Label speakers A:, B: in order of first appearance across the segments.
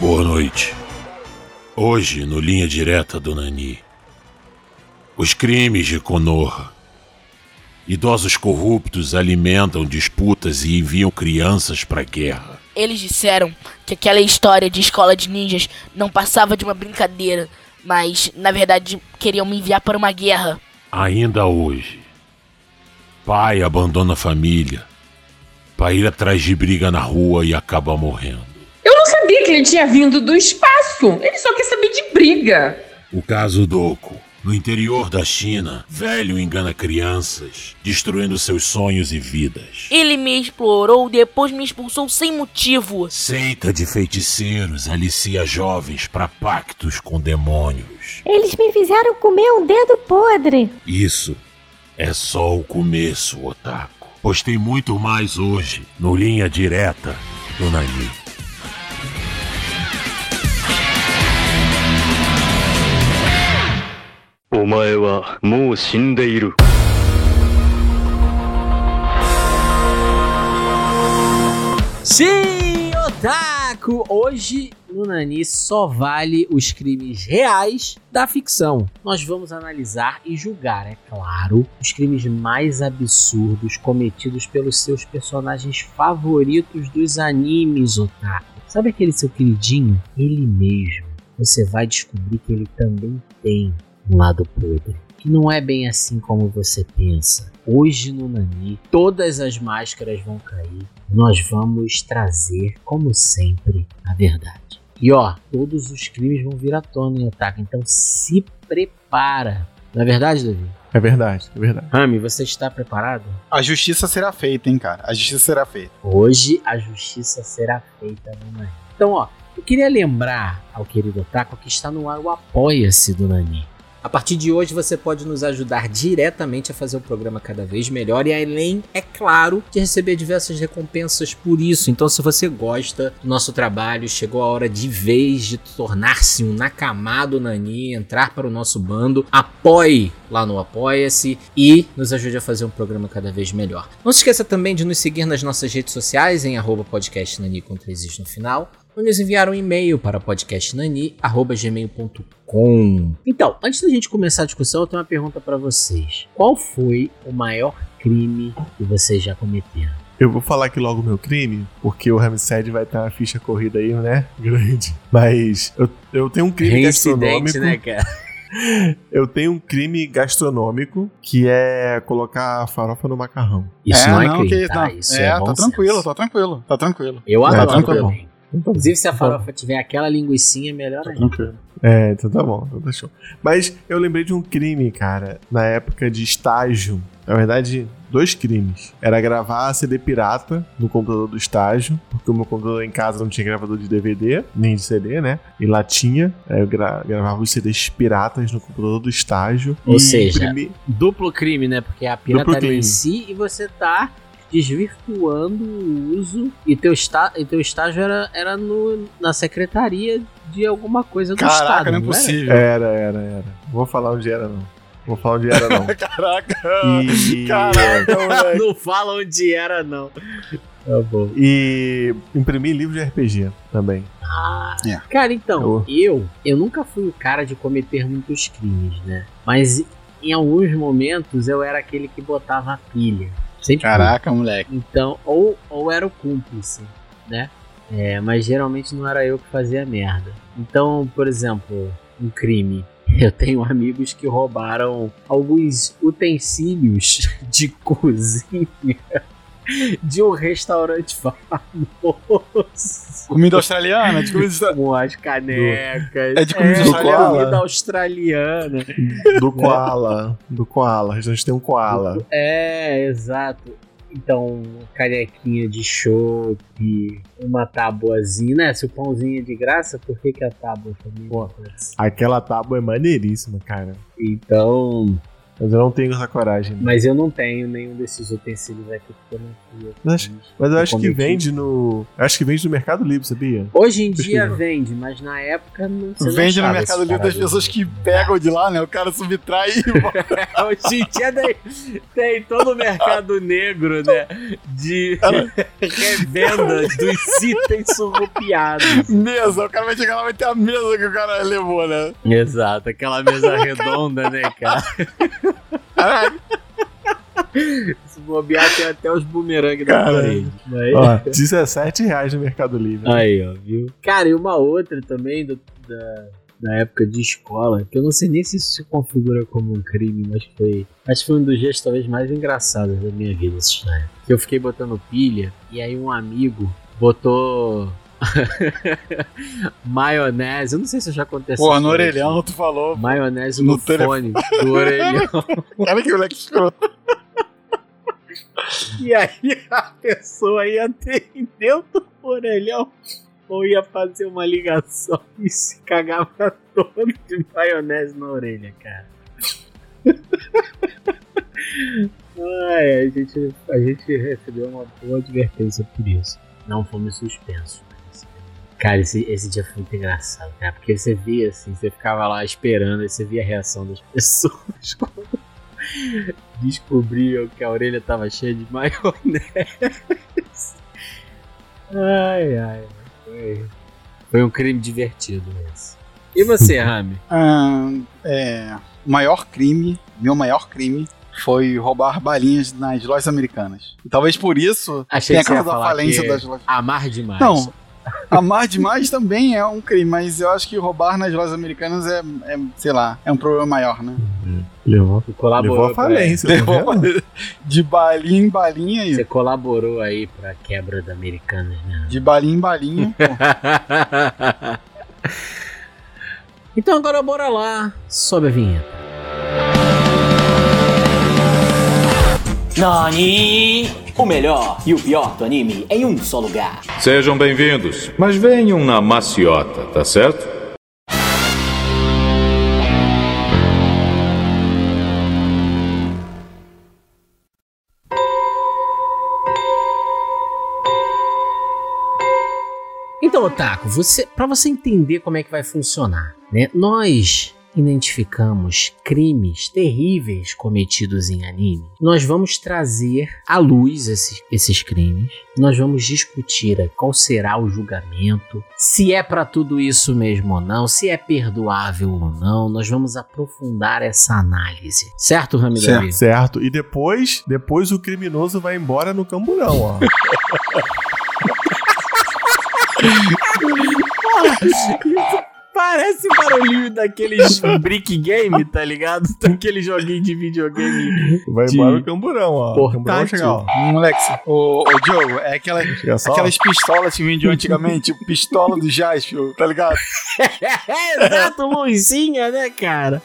A: Boa noite. Hoje, no Linha Direta do Nani, os crimes de Konoha. Idosos corruptos alimentam disputas e enviam crianças pra guerra.
B: Eles disseram que aquela história de escola de ninjas não passava de uma brincadeira, mas na verdade queriam me enviar para uma guerra.
A: Ainda hoje, pai abandona a família pra ir atrás de briga na rua e acaba morrendo.
C: Eu não sabia que ele tinha vindo do espaço. Ele só quer saber de briga.
A: O caso Doku. No interior da China, velho engana crianças, destruindo seus sonhos e vidas.
B: Ele me explorou, depois me expulsou sem motivo.
A: Seita de feiticeiros alicia jovens para pactos com demônios.
D: Eles me fizeram comer um dedo podre.
A: Isso é só o começo, Otaku. Postei muito mais hoje no Linha Direta do Nani.
E: Sim, Otaku! Hoje no Nani só vale os crimes reais da ficção. Nós vamos analisar e julgar, é claro, os crimes mais absurdos cometidos pelos seus personagens favoritos dos animes, Otaku. Sabe aquele seu queridinho? Ele mesmo. Você vai descobrir que ele também tem um lado podre. Que não é bem assim como você pensa. Hoje no Nani, todas as máscaras vão cair. Nós vamos trazer, como sempre, a verdade. E ó, todos os crimes vão vir à tona em Otaka, então se prepara. Não é verdade, Davi?
F: É verdade, é verdade.
E: Rami, você está preparado?
G: A justiça será feita, hein, cara? A justiça será feita.
E: Hoje a justiça será feita no Nani. Então, ó, eu queria lembrar ao querido Otaku que está no ar o Apoia-se do Nani. A partir de hoje você pode nos ajudar diretamente a fazer o programa cada vez melhor e além, é claro, de receber diversas recompensas por isso. Então, se você gosta do nosso trabalho, chegou a hora de vez de tornar-se um nakamado Nani, entrar para o nosso bando, apoie lá no Apoia-se e nos ajude a fazer um programa cada vez melhor. Não se esqueça também de nos seguir nas nossas redes sociais em arroba podcastnani com três is no final ou nos enviar um e-mail para podcastnani.gmail.com. Então, antes da gente começar a discussão, eu tenho uma pergunta para vocês. Qual foi o maior crime que vocês já cometeram?
F: Eu vou falar aqui logo o meu crime, porque o Ramsed vai ter uma ficha corrida aí, né? Grande. Mas eu, eu tenho um crime gastronômico.
E: né, cara?
F: Eu tenho um crime gastronômico que é colocar farofa no macarrão.
E: Isso
G: é,
E: não é crime,
G: que-
E: tá?
G: não.
E: Isso
G: é,
E: é,
G: tá
E: bom
G: tranquilo,
E: senso.
G: tá tranquilo, tá tranquilo.
E: Eu
F: É,
E: adoro.
F: então tá bom.
E: Inclusive, se a farofa tiver aquela linguicinha, melhor ainda.
G: Tranquilo.
F: É, então tá bom, então tá show. Mas eu lembrei de um crime, cara, na época de estágio. Na verdade, dois crimes. Era gravar CD pirata no computador do estágio, porque o meu computador em casa não tinha gravador de DVD, nem de CD, né? E lá tinha. Aí eu gra- gravava os CDs piratas no computador do estágio.
E: Ou
F: E
E: seja,
F: imprimi-
E: Duplo crime, né? Porque é a
F: crime.
E: pirataria em si e você tá desvirtuando o uso e teu, está, e teu estágio era, era no, na secretaria de alguma coisa do
G: Caraca,
E: estado. né,
G: não é
E: era?
G: possível.
F: Era, era, era. Não vou falar onde era, não. Vou falar onde era, não.
G: Caraca.
F: E...
E: é.
G: Caraca, moleque.
E: não fala onde era, não. Tá bom.
F: E imprimi livro de RPG também.
G: É.
E: Cara, então,
F: Eu-
E: eu, eu nunca fui o cara de cometer muitos crimes, né? Mas em alguns momentos eu era aquele que botava a pilha. Sempre fui.
G: Caraca, moleque.
E: Então, ou, ou era o cúmplice, né? É, mas geralmente não era eu que fazia merda. Então, por exemplo, um crime. Eu tenho amigos que roubaram alguns utensílios de cozinha de um restaurante famoso.
G: Comida australiana, tipo de comida australiana.
E: Como as canecas.
G: É de comida
F: australiana.
E: comida australiana.
F: Do Koala. Do Koala. A gente tem um Koala.
E: É, exato. Então, canequinha de chope, uma tabuazinha, né? Se o pãozinho é de graça, por que, que a tábua também é de graça?
F: Aquela tábua é maneiríssima, cara.
E: Então,
F: Mas eu não tenho essa coragem.
E: Mas eu não tenho nenhum desses utensílios aqui porque eu não fui. eu
F: Mas-
E: fiz.
F: Mas eu
E: Eu
F: acho que
E: comi
F: vende no. Eu acho que vende no Mercado Livre, sabia?
E: Hoje em dia
F: Pesquisa.
E: vende, mas na época não você não
G: Vende no
E: achava
G: Mercado
E: esse
G: Livre das
E: paralelo.
G: pessoas que pegam de lá, né? O cara subtrai e
E: Hoje em dia tem, tem todo o mercado negro, né? De revenda dos itens surrupiados.
G: mesa. O cara vai chegar lá e vai ter a mesa que o cara levou, né?
E: Exato, aquela mesa redonda, né, cara? Se bobear, tem até os bumerangues da
F: Cara.
E: parede. Mas-
F: Ó, 17 reais no Mercado Livre.
E: Aí, ó, viu? Cara, e uma outra também do- da, da época de escola, que eu não sei nem se isso se configura como um crime, mas foi. Acho que foi um dos dias talvez mais engraçados da minha vida, esse na época. Que eu fiquei botando pilha e aí um amigo botou. maionese, eu não sei se eu já aconteceu.
G: Porra, no orelhão tu falou.
E: Maionese
G: No
E: no, fone do orelhão.
G: Olha que moleque escroto.
E: E aí a pessoa ia atender do orelhão ou ia fazer uma ligação e se cagava todo de maionese na orelha, cara. Ai, a gente, a gente recebeu uma boa advertência por isso. Não fomos suspensos. mas- Cara, esse, esse dia foi muito engraçado, cara. Porque você via assim, você ficava lá esperando e você via a reação das pessoas descobriam que a orelha tava cheia de maionese. Ai, ai. Foi, foi um crime divertido esse. E você,
G: Uhum.
E: Rami?
G: Ah, é, o maior crime, meu maior crime, foi roubar balinhas nas lojas americanas. E talvez por isso
E: Achei
G: tenha
E: que você ia
G: causado a
E: falar
G: falência
E: que é
G: das lojas.
E: amar demais.
G: Não, amar demais também é um crime, mas eu acho que roubar nas lojas americanas é, é, sei lá, é um problema maior, né?
F: Levou,
E: Você colaborou
F: é. levou a
E: pra-
F: falência. tá
G: Levou
F: vendo?
G: De balinha em balinha
E: Você
G: e
E: colaborou aí pra quebra da Americanas, né?
G: de balinha em balinha. pô.
E: então agora bora lá. Sobe a vinheta.
H: Nani! O melhor e o pior do anime em um só lugar.
I: Sejam bem-vindos, mas venham na maciota, tá certo?
E: Então, Otaku, você, para você entender como é que vai funcionar, né? Nós identificamos crimes terríveis cometidos em anime. Nós vamos trazer à luz esses, esses crimes. Nós vamos discutir aí qual será o julgamento, se é para tudo isso mesmo ou não, se é perdoável ou não. Nós vamos aprofundar essa análise. Certo, Rami
G: Certo.
E: Davi?
F: Certo. E depois, depois o criminoso vai embora no camburão, ó.
E: Parece o barulhinho daqueles brick game, tá ligado? Daquele joguinho de videogame.
F: Vai
E: De
F: embora no camburão, ó. O camburão vai
E: portátil.
F: chegar, ó.
G: Moleque, ô, ô Diogo, é aquela,
F: Chega só.
G: aquelas pistolas que vendiam antigamente, o pistola do Jaspion, tá ligado?
E: É, exato, luzinha, né, cara?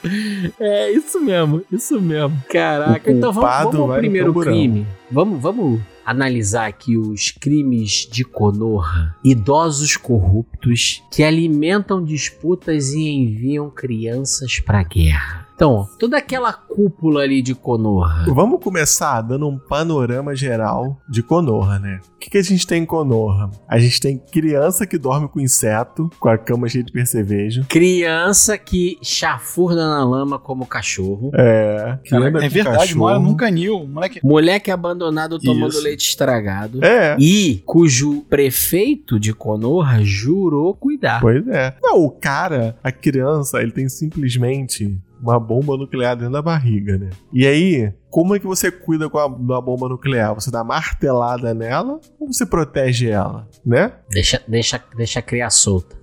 E: É isso mesmo, isso mesmo. Caraca,
F: O
E: então vamos,
F: culpado
E: vamos
F: vai
E: ao
F: no
E: primeiro
F: tamborão.
E: crime. Vamos, vamos analisar aqui os crimes de Konoha. Idosos corruptos que alimentam disputas e enviam crianças pra guerra. Então, toda aquela cúpula ali de Konoha.
F: Vamos começar dando um panorama geral de Konoha, né? O que, que a gente tem em Konoha? A gente tem criança que dorme com inseto, com a cama cheia de percevejo.
E: Criança que chafurda na lama como cachorro.
F: É. que
G: Cara,
F: anda
G: é
F: com
G: verdade,
F: cachorro.
G: mora num canil, moleque.
E: Moleque abandonado tomando
F: Isso.
E: leite estragado.
F: É.
E: E cujo prefeito de Konoha jurou
G: ah.
E: cuidar.
F: Pois é. Não, o cara, a criança, ele tem simplesmente uma bomba nuclear dentro da barriga, né? E aí, como é que você cuida com a, da bomba nuclear? Você dá martelada nela ou você protege ela, né?
E: Deixa, deixa, deixa a criar solta.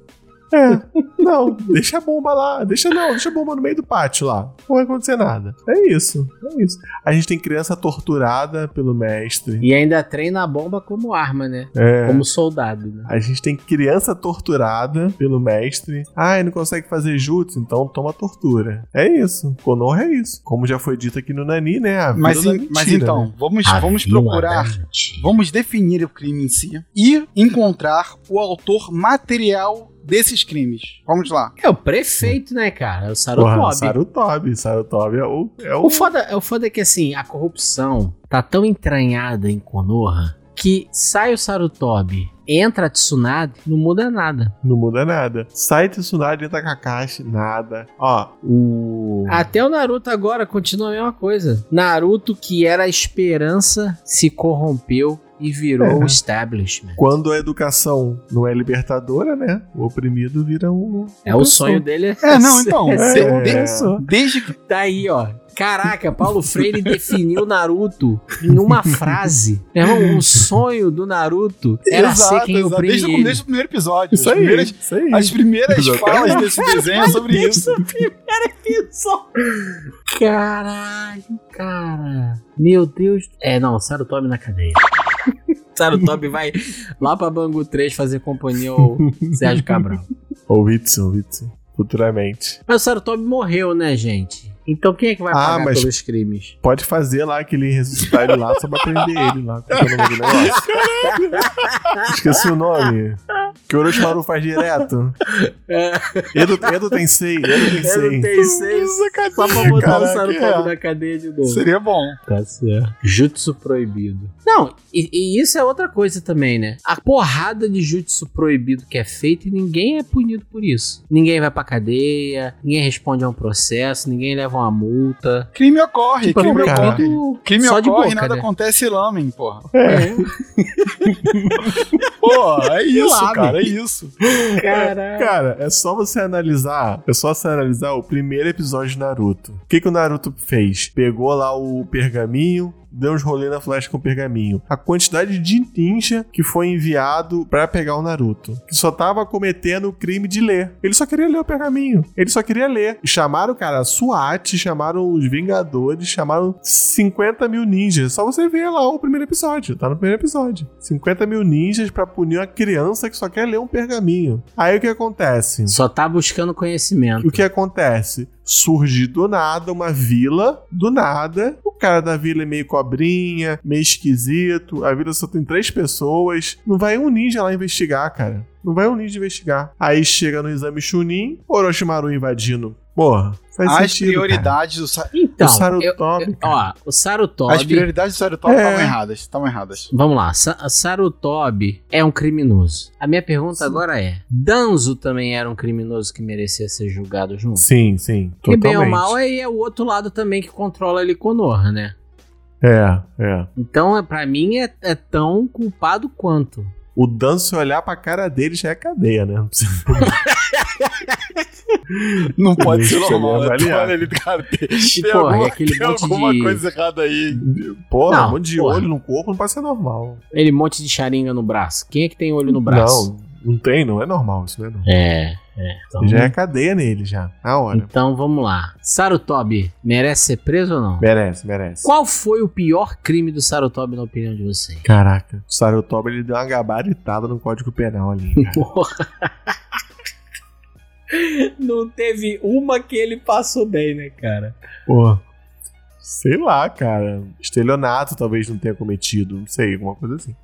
F: É, não, deixa a bomba lá, deixa não, deixa a bomba no meio do pátio lá, não vai acontecer nada. É isso, é isso. A gente tem criança torturada pelo mestre.
E: E ainda treina a bomba como arma, né?
F: É.
E: Como soldado, né?
F: A gente tem criança torturada pelo mestre. Ah, não consegue fazer jutsu, então toma tortura. É isso. Konoha é isso. Como já foi dito aqui no Nani, né? A vida
G: Mas,
F: da
G: em-
F: mentira,
G: mas então,
F: né?
G: vamos,
E: A
G: vamos
E: vila
G: procurar,
E: da mentira.
G: vamos definir o crime em si e encontrar o autor material desses crimes. Vamos lá.
E: É o prefeito, né, cara? É o
F: Porra,
E: Sarutobi.
F: Sarutobi. Sarutobi é o. É o...
E: O foda, é o foda é que assim, a corrupção tá tão entranhada em Konoha que sai o Sarutobi, entra a Tsunade, não muda nada.
F: Não muda nada. Sai Tsunade, entra Kakashi, nada. Ó, o.
G: É.
E: Até o Naruto agora continua a mesma coisa. Naruto, que era a esperança, se corrompeu e virou
F: É.
E: o establishment.
F: Quando a educação não é libertadora, né? O oprimido vira um.
E: É o sonho dele.
G: Então É, não, então.
E: É,
G: de-
E: ser-
G: de-
F: isso.
G: desde que.
E: Daí, ó. Caraca, Paulo Freire definiu Naruto em uma frase. Meu irmão, o sonho do Naruto era ser quem
G: exato.
E: oprime
G: Desde, o-
E: ele.
G: desde o primeiro episódio.
F: Isso
G: as
F: aí.
G: primeiras,
F: Isso aí.
G: as primeiras falas desse desenho é sobre isso.
E: Caralho, cara. Meu Deus. É, não, Sarutobi na cadeia. Sarutobi vai lá pra Bangu 3 fazer companhia ao Sérgio Cabral.
F: Ou Witzel, Witzel. Futuramente.
E: Mas o Sarutobi morreu, né, gente? Então quem é que vai
F: Ah,
E: pagar
F: mas-
E: pelos crimes?
F: Pode fazer lá aquele ressuscitar ele lá só pra prender ele lá. Como é o nome do negócio? Esqueci o nome. Que o Orochimaru faz direto. Edo, Edo Tensei. Edo Tensei. é
E: Só pra botar
G: Caraca,
E: o Sarutobi
G: é.
E: na cadeia de novo.
G: Seria bom.
E: Tá certo. Jutsu proibido. Não, e, e isso é outra coisa também, né? A porrada de jutsu proibido que é feita e ninguém é punido por isso. Ninguém vai pra cadeia, ninguém responde a um processo, ninguém leva uma multa.
G: Crime ocorre,
F: Tipo,
G: crime
F: cara.
G: ocorre. Crime
E: Só de
G: É. ocorre,
E: boca,
G: nada
E: né?
G: acontece e lamen, porra.
E: É.
G: Pô, é isso,
E: lamen.
G: cara, é isso.
E: Caralho.
F: Cara, é só você analisar. É só você analisar o primeiro episódio de Naruto. O que, que o Naruto fez? Pegou lá o pergaminho. Deu uns rolê na flecha com o pergaminho. A quantidade de ninja que foi enviado pra pegar o Naruto. Que só tava cometendo o crime de ler. Ele só queria ler o pergaminho. Ele só queria ler. Chamaram, cara, a SWAT, chamaram os Vingadores, chamaram 50 mil ninjas. Só você ver lá o primeiro episódio. Tá no primeiro episódio. 50 mil ninjas pra punir uma criança que só quer ler um pergaminho. Aí o que acontece?
E: Só tá buscando conhecimento.
F: O
G: é-
F: que acontece? Surge do nada uma vila, do nada. O cara da vila é meio cobrinha, meio esquisito. A vila só tem três pessoas. Não vai um ninja lá investigar, cara. Não vai um ninja investigar. Aí chega no exame Chunin, Orochimaru invadindo. Porra, faz
G: As
F: sentido. cara.
G: prioridades do Sa-
E: Então,
F: o Sarutobi,
E: eu- eu-
F: cara.
E: ó, o Sarutobi...
G: As prioridades do Sarutobi
F: É.
G: estavam erradas. Estavam erradas.
E: Vamos lá, Sa Sarutobi é um criminoso. A minha pergunta agora é: Danzo também era um criminoso que merecia ser julgado junto?
F: Sim, sim.
E: Porque bem
F: Totalmente.
E: ou mal aí é o outro lado também que controla ele Konoha, né?
F: É, é.
E: Então, é- pra mim, é, é tão culpado quanto.
F: O Dan, se olhar pra cara dele, já é cadeia, né? Não precisa-
G: Não pode ser
F: Deixa eu
G: normal. né?
F: avaliar.
G: Olha ele, cara, tem, tem
E: Porra,
G: alguma,
E: é aquele
G: tem
E: monte
G: alguma
E: de-
G: coisa errada aí.
F: Porra,
E: Não,
F: um monte de
E: porra.
F: olho no corpo não pode ser normal.
E: Ele monte de charinga no braço. Quem é que tem olho no braço?
F: Não, não tem, não é normal. Isso não é normal.
E: É, é. Então,
F: Já é cadeia nele, já. Na hora.
E: então vamos lá. Sarutobi, merece ser preso ou não?
F: Merece, merece.
E: Qual foi o pior crime do Sarutobi, na opinião de vocês?
F: Caraca, o Sarutobi ele deu uma gabaritada no Código Penal ali. cara.
E: Porra. Não teve uma que ele passou bem, né, cara?
F: Pô. Sei lá, cara. Estelionato talvez não tenha cometido. Não sei, alguma coisa assim.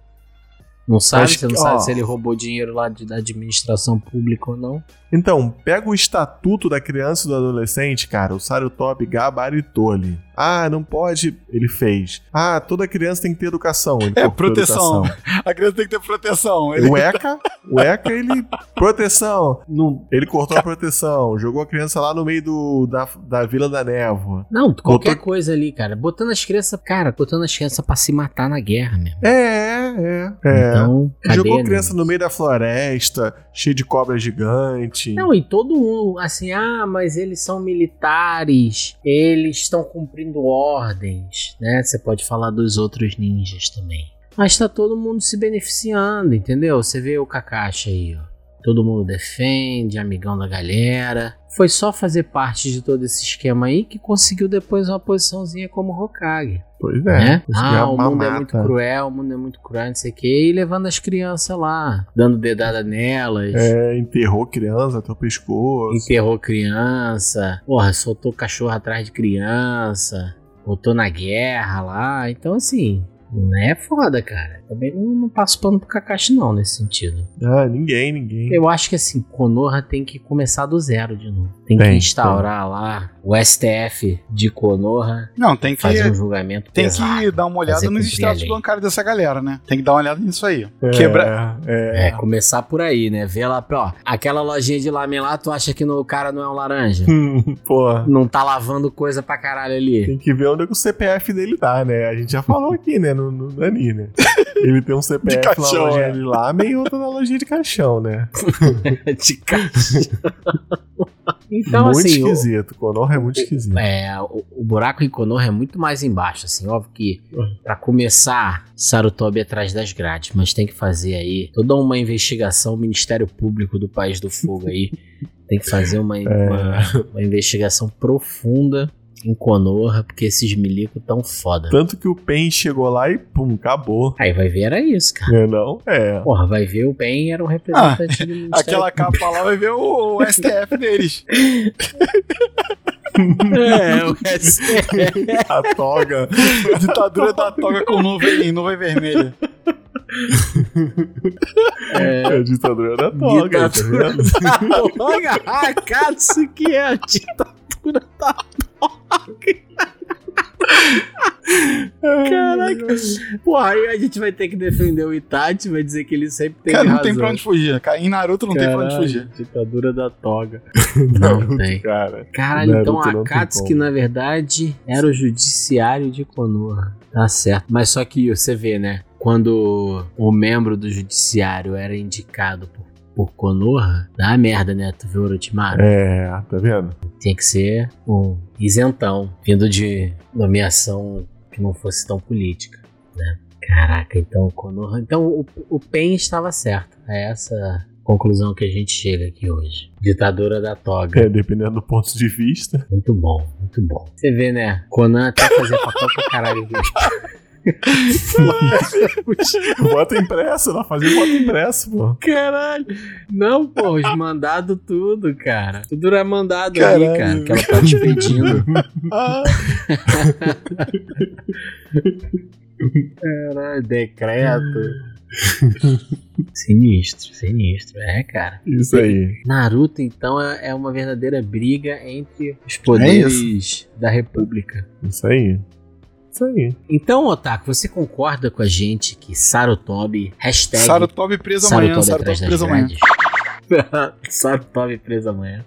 E: Não sabe,
F: Acho
E: você não
F: que, ó.
E: sabe se ele roubou dinheiro lá de, da administração pública ou não.
F: Então, pega o estatuto da criança e do adolescente, cara. O Sarutobi gabaritou ali. Ah, não pode. Ele fez. Ah, toda criança tem que ter educação. Ele
G: É,
F: cortou
G: proteção.
F: educação.
G: A criança tem que ter proteção. Ele-
F: O
E: é
F: ECA, o ECA, ele. Proteção. Não, ele cortou a proteção. Jogou a criança lá no meio do, da, da Vila da Névoa.
E: Não, qualquer
F: Botou-
E: coisa ali, cara. Botando as crianças, cara, botando as crianças pra se matar na guerra mesmo.
F: É, é, é. é.
E: Então, cadê
F: Jogou
E: ele?
F: criança no meio da floresta, cheio de cobra gigante.
E: Não, e todo mundo, assim, ah, mas eles são militares, eles estão cumprindo ordens, né? Você pode falar dos outros ninjas também. Mas tá todo mundo se beneficiando, entendeu? Você vê o Kakashi aí, ó. Todo mundo defende, amigão da galera. Foi só fazer parte de todo esse esquema aí que conseguiu depois uma posiçãozinha como Hokage.
F: Pois
E: né?
F: Isso é
E: Ah, o
F: uma
E: mundo é
F: mata.
E: muito cruel, o mundo é muito cruel, não sei o quê. E levando as crianças lá, dando dedada nelas,
F: É, enterrou criança até o pescoço.
E: enterrou criança, porra, soltou cachorro atrás de criança, botou na guerra lá. Então, assim, Né? É foda, cara. Também não, não passo pano pro Kakashi, não, nesse sentido.
F: Ah, ninguém, ninguém.
E: Eu acho que assim, Konoha tem que começar do zero de novo. Tem que
F: Tem,
G: então.
E: instaurar lá o STF de Konoha,
G: Não, tem que,
E: fazer um julgamento
G: tem
E: pesado.
G: que dar uma olhada
E: Fazer
G: nos
E: cumprir a
G: extratos
E: lei.
G: bancários dessa galera, né? Tem que dar uma olhada nisso aí.
F: É,
G: Quebra...
F: É,
E: É, começar por aí, né? Ver lá, ó, aquela lojinha de lamen lá, tu acha que no, o cara não é um laranja?
F: Hum, Porra.
E: não tá lavando coisa pra caralho ali.
F: Tem que ver onde é que o CPF dele tá, né? A gente já falou aqui, né? No, no Dani, né? Ele tem um CPF na
G: caixão,
F: lojinha
G: é.
F: de lá, meio outro na lojinha de caixão, né?
E: De caixa. então,
F: muito
E: assim, o,
F: esquisito. Konoha é muito esquisito.
E: é, o, o buraco em Konoha é muito mais embaixo, assim, óbvio que pra começar, Sarutobi é atrás das grades, mas tem que fazer aí toda uma investigação, o Ministério Público do País do Fogo aí tem que fazer uma, uma, uma investigação profunda em Konoha, porque esses milico tão foda.
F: Tanto que o Pen chegou lá e pum, acabou.
E: Aí vai ver, era isso, cara.
F: Né não? É.
E: Porra, vai ver o Ben era um representante do Ministério
G: Aquela capa lá vai ver o, o STF deles.
E: É, o STF.
F: A toga.
G: Ditadura da toga com nuvem, nuvem vermelha.
E: É.
F: A ditadura da toga. tá
E: Ditadura
F: vendo?
E: da droga. Ah, Katsu, que é a ditadura da droga. Caraca. Porra, aí a gente vai ter que defender o Itachi, vai dizer que ele sempre tem
G: Cara, não
E: razão.
G: tem pra onde fugir. Cara, Em Naruto não tem pra onde
E: Caralho,
G: fugir.
E: Ditadura da toga. Não tem.
F: Cara.
E: Caralho, então
F: Naruto não
E: a
F: tem
E: Katsuki,
F: como.
E: na verdade, era o judiciário de Konoha. Tá certo. Mas só que você vê, né? Quando o membro do judiciário era indicado por, por Konoha, dá merda, né? Tu viu o Orochimaru?
F: É, tá vendo?
E: Tinha que ser um isentão, vindo de nomeação que não fosse tão política, né? Caraca, então o Konoha... Então o, o Pen estava certo. É essa conclusão que a gente chega aqui hoje. Ditadura da toga.
F: É, dependendo do ponto de vista.
E: Muito bom, muito bom. Você vê, né? Conan até fazia papel pra caralho.
F: Bota impresso, lá fazer bota impresso, pô.
E: caralho. Não, pô, os mandado tudo, cara. Tudo era mandado
F: Caralho.
E: aí, cara. Que ela tá te pedindo.
F: Ah,
E: Caralho, decreto. Hum. Sinistro, sinistro. É, cara.
F: isso aí.
E: Naruto, então, é é uma verdadeira briga entre os
G: É
E: poderes da República.
F: Isso aí. Isso aí.
E: Então, Otaku, você concorda com a gente que Sarutobi, hashtag
G: Sarutobi preso amanhã,
E: Sarutobi
G: Sarutobi
E: atrás das
G: preso amanhã.
E: grades. Sarutobi é preso amanhã.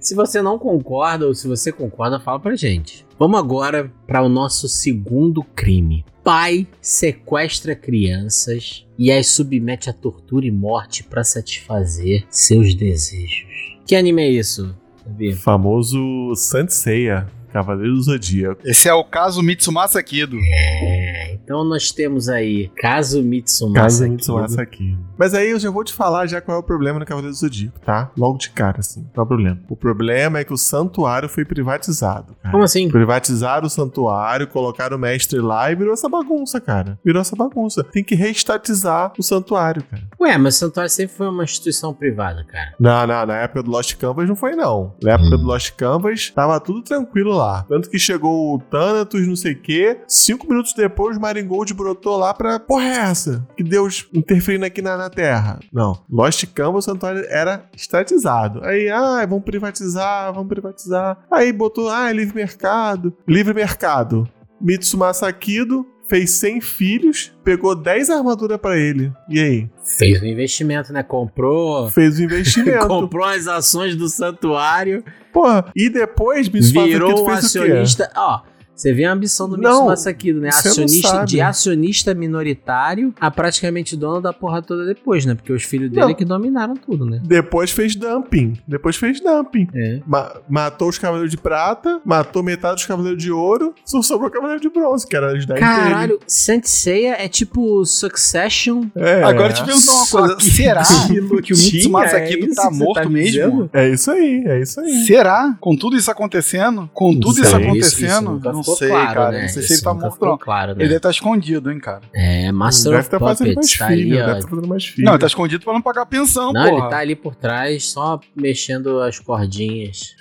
E: Se você não concorda ou se você concorda, fala pra gente. Vamos agora para o nosso segundo crime. Pai sequestra crianças e as submete a tortura e morte pra satisfazer seus desejos. Que anime é isso? Davi?
F: Famoso Santseia, Cavaleiro do Zodíaco.
G: Esse é o caso Mitsumasa Kido.
E: É, então nós temos aí Kazu Mitsumasa.
F: Casa
E: Kido.
F: Mitsumasa aqui. Mas aí eu já vou te falar já qual é o problema no Cavaleiro do Zodíaco, tá? Logo de cara, assim. Qual é o problema? O problema é que o santuário foi privatizado. cara.
E: Como assim?
F: Privatizaram o santuário, colocaram o mestre lá e virou essa bagunça, cara. Virou essa bagunça. Tem que reestatizar o santuário, cara.
E: Ué, mas o Santuário sempre foi uma instituição privada, cara.
F: Não, não, na época do Lost Canvas não foi, não. Na época
E: Hum.
F: do Lost Canvas tava tudo tranquilo lá. Tanto que chegou o Thanatos, não sei o quê. Cinco minutos depois, o Maringold brotou lá pra. Porra, é essa? Que Deus interferindo aqui na, na Terra. Não. Lost Canvas, o santuário era estatizado. Aí, ah, vamos privatizar, vamos privatizar. Aí botou, ah, livre mercado. Livre mercado. Mitsumasa Kido fez 100 filhos, pegou 10 armaduras pra ele. E aí?
E: Fez um investimento, né? Comprou.
F: Fez o investimento.
E: Comprou as ações do santuário.
F: Porra, e depois Mitsumasa Kido
E: virou um
F: fez o quê?
E: acionista. Ó, você vê a ambição do
F: Não,
E: Mitsumasa Kido, né?
F: você não
E: Acionista,
F: sabe.
E: de acionista minoritário a praticamente dono da porra toda depois, né? Porque os filhos dele
F: Não.
E: é que dominaram tudo, né?
F: Depois fez dumping. Depois fez dumping.
E: É.
F: Ma- matou os cavaleiros de prata, matou metade dos cavaleiros de ouro, só sobrou o cavaleiro de bronze, que era os 10
E: Caralho, Saint Seiya é tipo Succession.
F: dele. É,
G: Agora te pergunto uma
E: Só
G: coisa.
E: que-
G: Será
E: que
G: que o Mitsumasa
E: tinha, é
G: Kido
E: isso
G: tá
E: que você
G: morto
E: tá
G: mesmo?
E: dizendo?
F: É isso aí, é isso aí.
G: Será? Com tudo isso acontecendo? Com tudo
E: Isso
G: isso
E: aí, isso, isso
G: acontecendo?
E: nunca
G: não
E: ficou
G: sei,
E: claro,
G: cara.
E: né?
G: Não sei se
E: Isso
G: ele tá
E: nunca
G: morto,
E: ficou
G: não.
E: claro, né?
G: Ele deve estar escondido, hein, cara.
E: É, Master
F: Deve
E: of
F: tá fazendo
E: Puppets
F: mais
E: tá
F: filho,
E: ali, ó.
F: deve tá fazendo mais filho.
G: Não, ele tá escondido pra não pagar pensão,
E: então- Não,
G: porra.
E: ele tá ali por trás, só mexendo as cordinhas.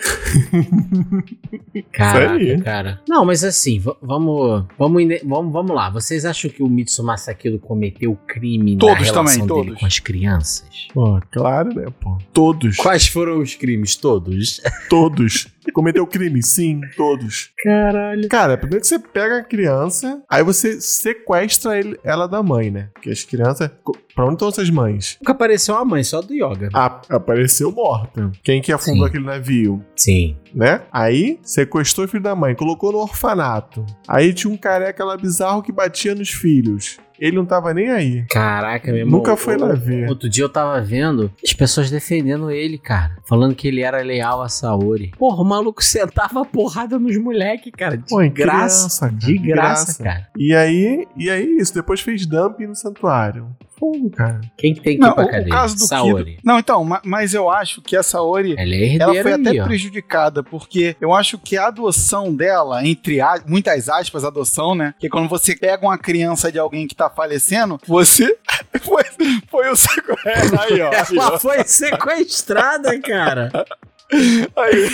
F: Isso
E: Caraca,
F: aí.
E: cara. Não, mas assim, va- vamos, vamos, ine- vamos, vamos lá. Vocês acham que o Mitsu Masakilo cometeu crime na
G: Todos
E: relação
G: também,
E: dele
G: todos.
E: com as crianças?
F: Pô, claro, né, pô? Todos.
E: Quais foram os crimes? Todos?
F: Todos. Cometeu crime? Sim, todos. Caralho. Cara, primeiro que você pega a criança, aí você sequestra ele- ela da mãe, né? Porque as crianças. co- Pra onde estão essas mães?
E: Nunca apareceu a mãe, só do Yoga. né?
F: A- apareceu morta. Quem que afundou
E: Sim.
F: aquele navio?
E: Sim.
F: Né? Aí sequestrou o filho da mãe, colocou no orfanato. Aí tinha um careca lá bizarro que batia nos filhos. Ele não tava nem aí.
E: Caraca, meu irmão.
F: Nunca foi
E: o-
F: lá ver.
E: Outro dia eu tava vendo as pessoas defendendo ele, cara. Falando que ele era leal a Saori. Porra, o maluco sentava a porrada nos moleques, cara. De
F: Pô, em
E: graça.
F: criança, cara.
E: de graça, cara.
F: E aí, e aí isso. Depois fez dumping no santuário. Fogo, cara.
E: Quem que tem que
G: Não,
E: ir pra
G: o- o
E: cadeia?
G: caso do
E: Saori.
G: Não, então, ma- mas eu acho que a Saori.
E: Ela é herdeira
G: Ela foi até
E: aí, ó.
G: prejudicada, porque eu acho que a adoção dela, entre a- muitas aspas, adoção, né? Que quando você pega uma criança de alguém que tá falecendo, você foi, foi o sequestro. Aí, ó. Aí, ó.
E: Ela foi sequestrada, cara.
G: Aí.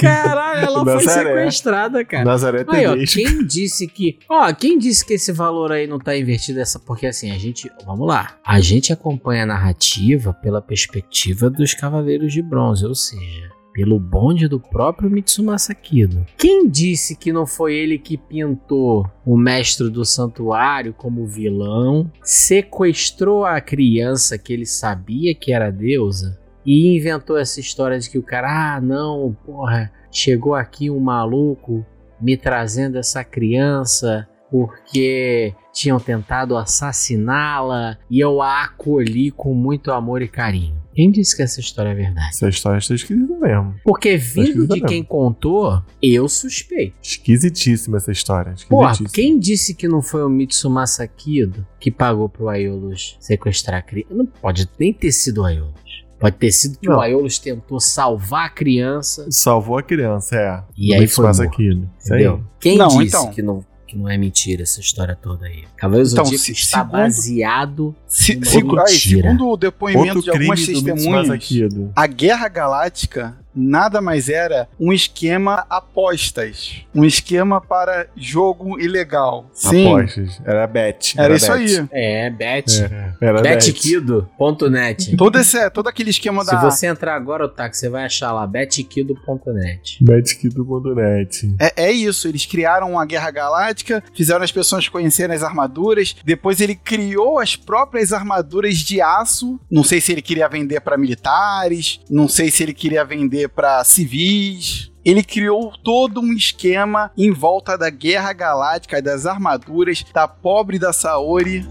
E: Caralho, ela foi
F: Nazaré.
E: sequestrada, cara.
F: Nazaré
E: Aí, ó,
F: tem leite.
E: quem disse que. Ó, quem disse que esse valor aí não tá invertido essa. Porque assim, a gente. Vamos lá. A gente acompanha a narrativa pela perspectiva dos Cavaleiros de Bronze, ou seja. Pelo bonde do próprio Mitsumasa Kido. Quem disse que não foi ele que pintou o mestre do santuário como vilão, sequestrou a criança que ele sabia que era deusa e inventou essa história de que o cara, ah, não, porra, chegou aqui um maluco me trazendo essa criança porque tinham tentado assassiná-la e eu a acolhi com muito amor e carinho. Quem disse que essa história é verdade?
F: Essa história está esquisita mesmo.
E: Porque vindo de
F: não.
E: quem contou, eu suspeito.
F: Esquisitíssima essa história.
E: Porra,
F: Esquisitíssima.
E: quem disse que não foi o Mitsumasa Kido que pagou pro Aiolos sequestrar a criança? Não pode nem ter sido o Aiolos. Pode ter sido que
F: Não.
E: o Aiolos tentou salvar a criança,
F: Salvou a criança, é.
E: E
F: Do
E: aí
F: Mitsu
E: foi
F: Masa
E: morto.
F: Kino. Isso aí.
E: entendeu? Quem
G: Não,
E: disse
G: então.
E: que, não, que não é mentira essa história toda aí? Cavaleiros do
G: Então,
E: Zodíaco
G: se-
E: está
G: segundo-
E: baseado...
G: Se-
E: Uma
G: se- aí,
E: mentira.
G: segundo o depoimento
F: Outro
G: de algumas
F: crime do Mitsu Masa
G: testemunhas,
F: Kino.
G: a Guerra Galáctica nada mais era um esquema apostas. Um esquema para jogo ilegal. Sim.
F: Apostas. Era bet.
G: Era isso aí.
E: É, Bet.
F: Era bet.
E: Betkido.net.
G: Todo, esse, todo aquele esquema
E: Se
G: da.
E: você entrar agora, Otaku, você vai achar lá, betkido.net.
F: Betkido.net.
G: É, é isso, eles criaram a Guerra Galáctica, fizeram as pessoas conhecerem as armaduras, depois ele criou as próprias armaduras de aço. Não sei se ele queria vender pra militares, não sei se ele queria vender pra civis. Ele criou todo um esquema em volta da Guerra Galáctica, das armaduras, da pobre da Saori.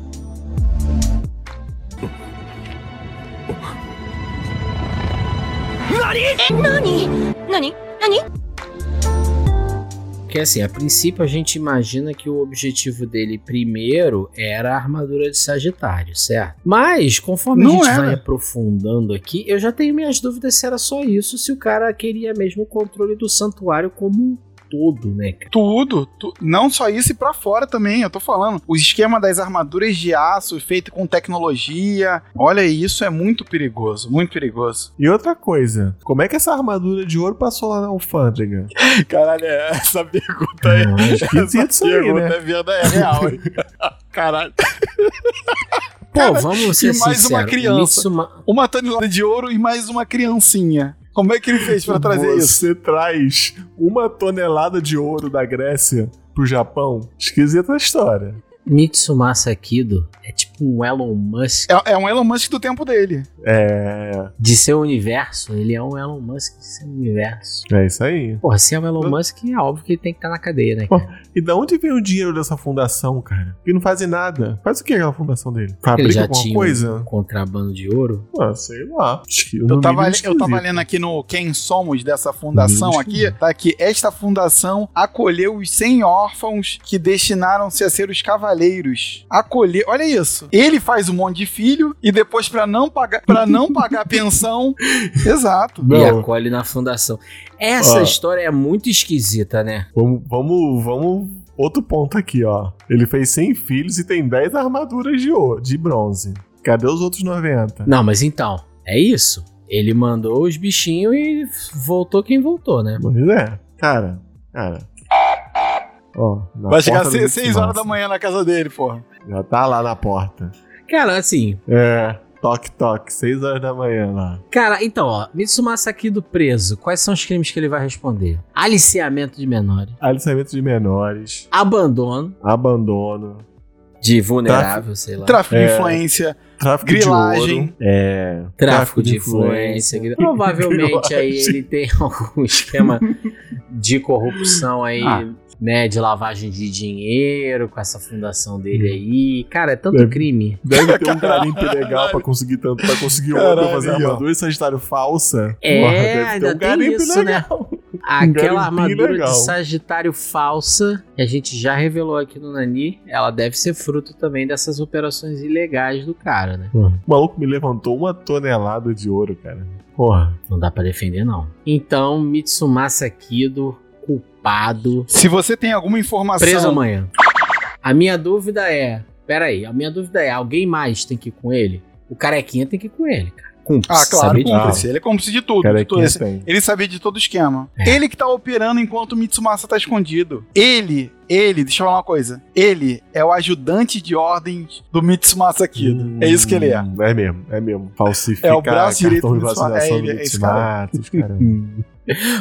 E: Porque assim, a princípio a gente imagina que o objetivo dele primeiro era a armadura de Sagitário, certo? Mas, conforme a
G: Não
E: gente
G: era.
E: vai aprofundando aqui, eu já tenho minhas dúvidas se era só isso, se o cara queria mesmo o controle do santuário como um todo, né, cara?
G: Tudo, tu- não só isso e pra fora também, eu tô falando. O esquema das armaduras de aço feito com tecnologia. Olha, isso é muito perigoso, muito perigoso.
F: E outra coisa, como é que essa armadura de ouro passou lá na alfândega?
G: Caralho, é- essa pergunta aí.
E: Não,
F: é Esquisito
G: Essa
F: isso aí,
G: pergunta
F: né?
G: é verdade, é real, hein? Caralho.
E: Pô, vamos ser
G: e mais
E: sinceros.
G: uma criança.
E: Mitsuma-
G: Uma tonelada de ouro e mais uma criancinha. Como é que ele fez pra trazer isso?
F: Você traz uma tonelada de ouro da Grécia pro Japão? Esquisita a história.
E: Mitsumasa Kido é tipo um Elon Musk
G: É, é um Elon Musk do tempo dele.
F: É,
E: de seu universo. Ele é um Elon Musk de seu universo.
F: é isso aí.
E: Porra, se é o Elon Musk, é óbvio que ele tem que estar na cadeia, né? Cara?
F: E da onde vem o dinheiro dessa fundação, cara? Que não fazem nada. Faz o que aquela fundação dele?
E: Ele
F: Fabrica
E: já
F: alguma
E: tinha um
F: coisa?
E: contrabando de ouro.
F: Ah, sei lá.
G: Eu
F: é
G: tava, le- eu tava lendo aqui no Quem Somos dessa fundação
F: Hum,
G: aqui, tá aqui. Esta fundação acolheu os 100 órfãos que destinaram-se a ser os cavaleiros. Acolher, olha isso. isso. Ele faz um monte de filho e depois pra não pagar, para não pagar pensão. Exato.
E: E
F: Não.
E: acolhe na fundação. Essa
F: Ó.
E: história é muito esquisita, né?
F: Vamos, vamos, vamos. Outro ponto aqui, ó. Ele fez 100 filhos e tem 10 armaduras de, ouro, de bronze. Cadê os outros 90?
E: Não, mas então, é isso. Ele mandou os bichinhos e voltou quem voltou, né?
F: Pois é. Cara, cara. Ó, na
G: Vai chegar
F: porta do
G: 6, horas
F: Massa.
G: da manhã na casa dele, porra.
F: Já tá lá na porta.
E: Cara, assim,
F: É, toque, toque, 6 horas da manhã lá.
E: cara, então, ó, Mitsumasa aqui do preso, quais são os crimes que ele vai responder? Aliciamento de menores,
F: Aliciamento de menores,
E: abandono
F: abandono,
E: de vulnerável, sei lá,
G: Tráfico
F: É.
G: de influência.
F: tráfico
G: Grilagem.
F: de ouro. É,
E: tráfico de influência. Provavelmente aí ele tem algum esquema de corrupção aí,
F: Ah.
E: né, de lavagem de dinheiro com essa fundação dele aí. Cara, é tanto
F: Deve-
E: crime.
F: Deve ter um garimpo legal pra conseguir tanto, pra conseguir ouro, pra fazer
G: Caralho, ó.
F: armadura e sagitário falsa.
E: É,
F: Porra, deve ter
E: ainda
F: um
E: tem
F: garimpo
E: isso, né?
F: legal.
E: Aquela
F: garimpinho
E: armadura
F: legal.
E: de Sagitário falsa, que a gente já revelou aqui no Nani, ela deve ser fruto também dessas operações ilegais do cara, né?
F: O maluco me levantou uma tonelada de ouro, cara. Porra.
E: Não dá pra defender, não. Então, Mitsumasa Kido, culpado,
G: Se você tem alguma informação.
E: preso amanhã. A minha dúvida é. Pera aí, a minha dúvida é: alguém mais tem que ir com ele? O carequinha tem que ir com ele, cara. Cúmplice,
G: ah, claro,
E: sabe disso. né?
G: cúmplice. Ele é cúmplice de tudo.
F: Cara,
G: de tudo.
F: aqui
G: Esse-
F: tem.
G: Ele sabia de todo o esquema.
E: É.
G: Ele que tá operando enquanto o Mitsumasa tá escondido. Ele, ele, deixa eu falar uma coisa. Ele é o ajudante de ordens do Mitsumasa Kido. é isso que ele
E: Hum.
G: é.
F: É mesmo, é mesmo. Falsificar
G: É o braço direito
F: cartão de
G: do Bolsonaro.
F: vacinação
G: É,
F: do
G: ele- é esse
F: Bitmatos, cara.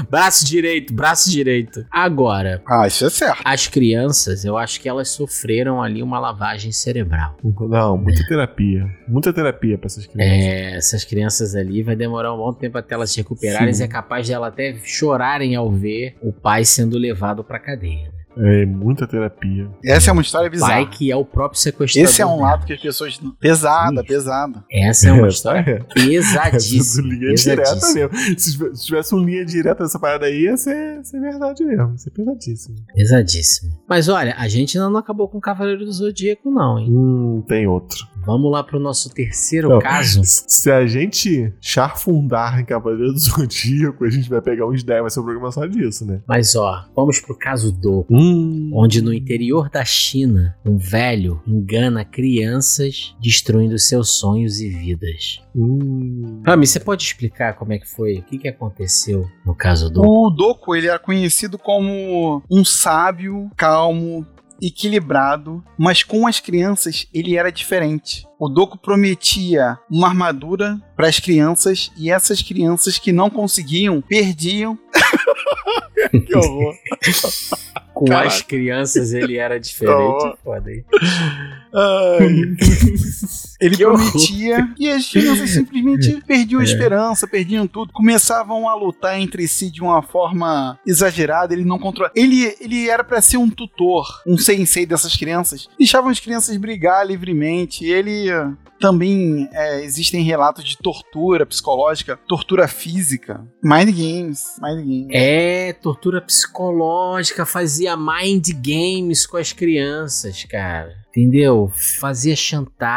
E: Braço direito, braço direito. Agora,
G: Ah, isso é certo.
E: as crianças, eu acho que elas sofreram ali uma lavagem cerebral.
F: Não, muita terapia. Muita terapia pra essas crianças.
E: É, essas crianças ali vai demorar um bom tempo até elas se recuperarem
F: Sim.
E: e é capaz dela até chorarem ao ver o pai sendo levado pra cadeia. né?
F: É, muita terapia.
G: Essa é uma história bizarra.
E: Pai que é o próprio sequestrador.
G: Esse é um
E: dela.
G: lado que as pessoas. Pesada, pesada.
E: Essa é uma história é
F: É, Essa do
E: pesadíssima.
F: linha direta
E: pesadíssima,
F: mesmo. Se tivesse- se tivesse um linha direta nessa parada aí, ia ser, ia ser verdade mesmo. Ia ser pesadíssimo.
E: pesadíssima. Mas olha, a gente ainda não acabou com o Cavaleiro do Zodíaco, não, hein?
F: Hum, tem outro.
E: Vamos lá pro nosso terceiro
F: Não.
E: caso.
F: Se a gente charfundar em Cavaleiro do Zodíaco, a gente vai pegar uns 10, vai ser um programa só disso, né?
E: Mas ó, vamos pro caso do
F: Hum.
E: onde no interior da China, um velho engana crianças, destruindo seus sonhos e vidas.
F: Hum.
E: Rami, você pode explicar como é que foi, o que, que aconteceu no caso do...
G: O Doku, ele era conhecido como um sábio, calmo, equilibrado, mas com as crianças ele era diferente. O Doku prometia uma armadura para as crianças e essas crianças que não conseguiam perdiam. que horror.
E: Com
G: Caralho.
E: as crianças ele era diferente, foda aí.
G: Ele
E: Que horror. É.
G: prometia e as crianças simplesmente perdiam a esperança, perdiam tudo, começavam a lutar entre si de uma forma exagerada, ele não controla. Ele, ele era pra ser um tutor, um sensei dessas crianças. Deixavam as crianças brigar livremente, ele eh, também eh, existem relatos de tortura psicológica, tortura física, mind games, mind games.
E: É, tortura psicológica, fazia mind games com as crianças, cara. Entendeu? Fazia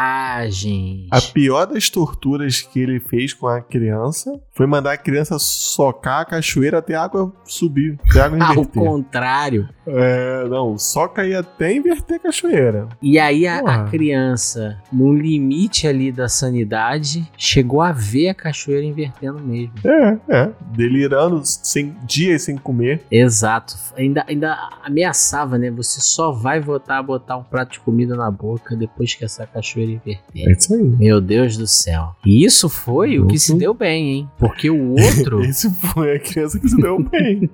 E: chantagem.
F: A pior das torturas que ele fez com a criança foi mandar a criança socar a cachoeira até a água subir, até a água
E: Ao
F: inverter.
E: contrário.
F: É, não, soca aí até inverter a cachoeira.
E: E aí a, a
F: Porra.
E: criança, no limite ali da sanidade, chegou a ver a cachoeira invertendo mesmo.
F: É, é. Delirando sem, dias sem comer.
E: Exato. Ainda, ainda ameaçava, né? Você só vai voltar a botar um prato de comida na boca depois que essa cachoeira
F: É
E: inverter.
F: isso aí.
E: Meu Deus do céu. E isso foi o que se deu bem, hein? Porque o outro,
F: Esse foi a criança que se deu bem.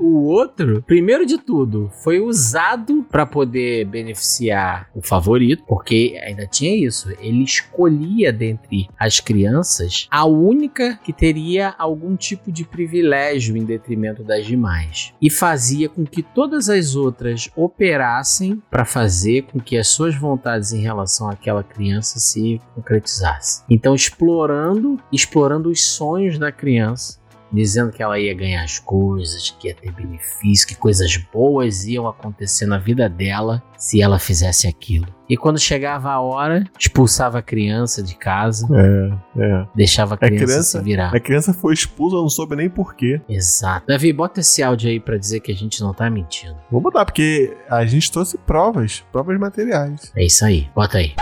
E: o outro, primeiro de tudo, foi usado pra poder beneficiar o favorito, porque ainda tinha isso. Ele escolhia dentre as crianças a única que teria algum tipo de privilégio em detrimento das demais e fazia com que todas as outras operassem pra fazer com que as suas vontades em relação àquela criança se concretizassem. Então explorando, explorando os sonhos da criança dizendo que ela ia ganhar as coisas, que ia ter benefício, que coisas boas iam acontecer na vida dela se ela fizesse aquilo. E quando chegava a hora, expulsava a criança de casa,
F: É, é.
E: deixava a
F: É
E: criança,
F: criança?
E: se virar.
F: A criança foi expulsa, eu não soube nem porquê.
E: Exato. Davi, bota esse áudio aí pra dizer que a gente não tá mentindo.
F: Vou botar, porque a gente trouxe provas, provas materiais.
E: É isso aí, bota aí.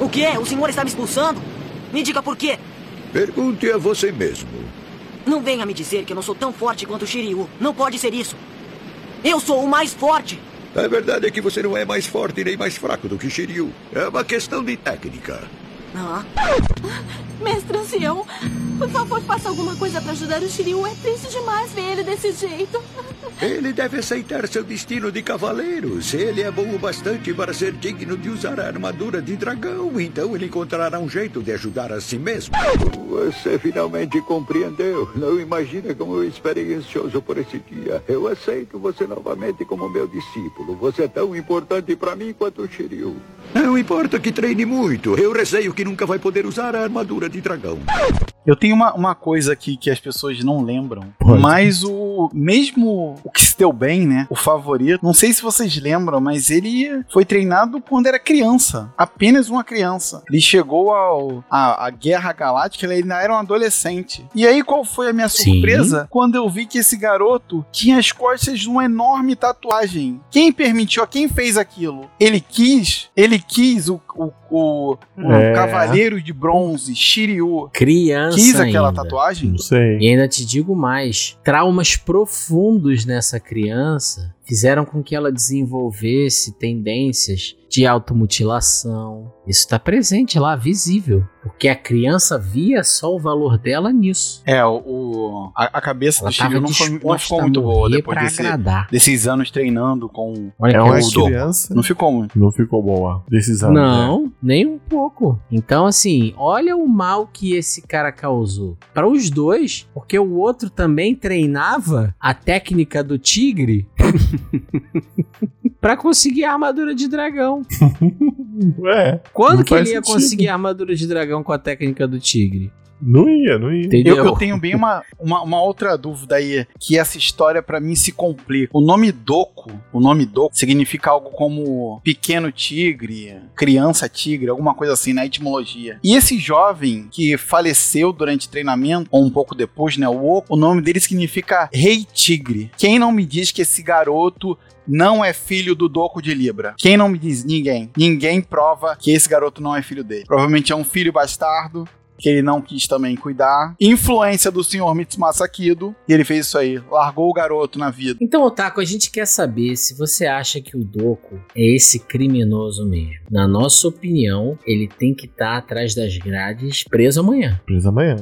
J: O quê? O senhor está me expulsando? Me diga por quê.
K: Pergunte a é você mesmo.
J: Não venha me dizer que eu não sou tão forte quanto o Shiryu. Não pode ser isso. Eu sou o mais forte.
K: A verdade é que você não é mais forte nem mais fraco do que Shiryu. É uma questão de técnica.
J: Ah,
L: Mestre ancião, por favor, faça alguma coisa pra ajudar o Shiryu. É triste demais ver ele desse jeito.
K: Ele deve aceitar seu destino de cavaleiro. Se ele é bom o bastante para ser digno de usar a armadura de dragão, então ele encontrará um jeito de ajudar a si mesmo. Você finalmente compreendeu. Não imagina como eu esperei ansioso por esse dia. Eu aceito você novamente como meu discípulo. Você é tão importante para mim quanto o Shiryu. Não importa que treine muito. Eu receio que nunca vai poder usar a armadura de dragão.
G: Eu tenho uma, uma coisa aqui que as pessoas não lembram.
K: Pode.
G: Mas o. Mesmo o que se deu bem, né? O favorito. Não sei se vocês lembram, mas ele foi treinado quando era criança. Apenas uma criança. Ele chegou ao. A, Guerra Galáctica, ele ainda era um adolescente. E aí, qual foi a minha surpresa? Quando eu vi que esse garoto tinha as costas de uma enorme tatuagem. Quem permitiu? Quem fez aquilo? Ele quis? Ele quis o. o, o- o
E: É.
G: Cavaleiro de Bronze, Shiryu.
E: Criança.
G: Quis aquela
E: ainda.
G: tatuagem?
F: Não sei.
E: E ainda te digo mais: traumas profundos nessa criança fizeram com que ela desenvolvesse tendências de automutilação. Isso está presente lá, visível. Porque a criança via só o valor dela nisso.
G: É, o, o- a, a cabeça
E: Ela
G: do Shiryu
E: estava
G: não, foi- não
E: disposta
G: ficou
E: a
G: muito boa
E: morrer
G: depois
E: pra
G: desse-
E: agradar.
G: desses anos treinando com
E: Olha
F: é
E: que
F: uma
E: absurdo.
F: criança.
G: Não ficou muito.
F: Não ficou boa. Decisão.
E: Não, nem um pouco. Então, assim, olha o mal que esse cara causou. Para os dois, porque o outro também treinava a técnica do tigre para conseguir a armadura de dragão.
F: É.
E: Quando
F: Não
E: que ele
F: faz
E: ia
F: sentido.
E: conseguir a armadura de dragão com a técnica do tigre?
F: Não ia, não ia.
E: Entendeu?
G: Eu, eu tenho bem uma, uma, uma outra dúvida aí, que essa história pra mim se complica. O nome Doku, o nome Doku significa algo como pequeno tigre, criança tigre, alguma coisa assim na etimologia. E esse jovem que faleceu durante treinamento, ou um pouco depois, né, o Oku, o nome dele significa Rei Tigre. Quem não me diz que esse garoto não é filho do Doco de Libra. Quem não me diz? Ninguém. Ninguém prova que esse garoto não é filho dele. Provavelmente é um filho bastardo que ele não quis também cuidar. Influência do senhor Mitsumasa Kido. E ele fez isso aí. Largou o garoto na vida.
E: Então, Otaku, a gente quer saber se você acha que o Doku é esse criminoso mesmo. Na nossa opinião, ele tem que estar atrás das grades preso amanhã.
F: Preso amanhã.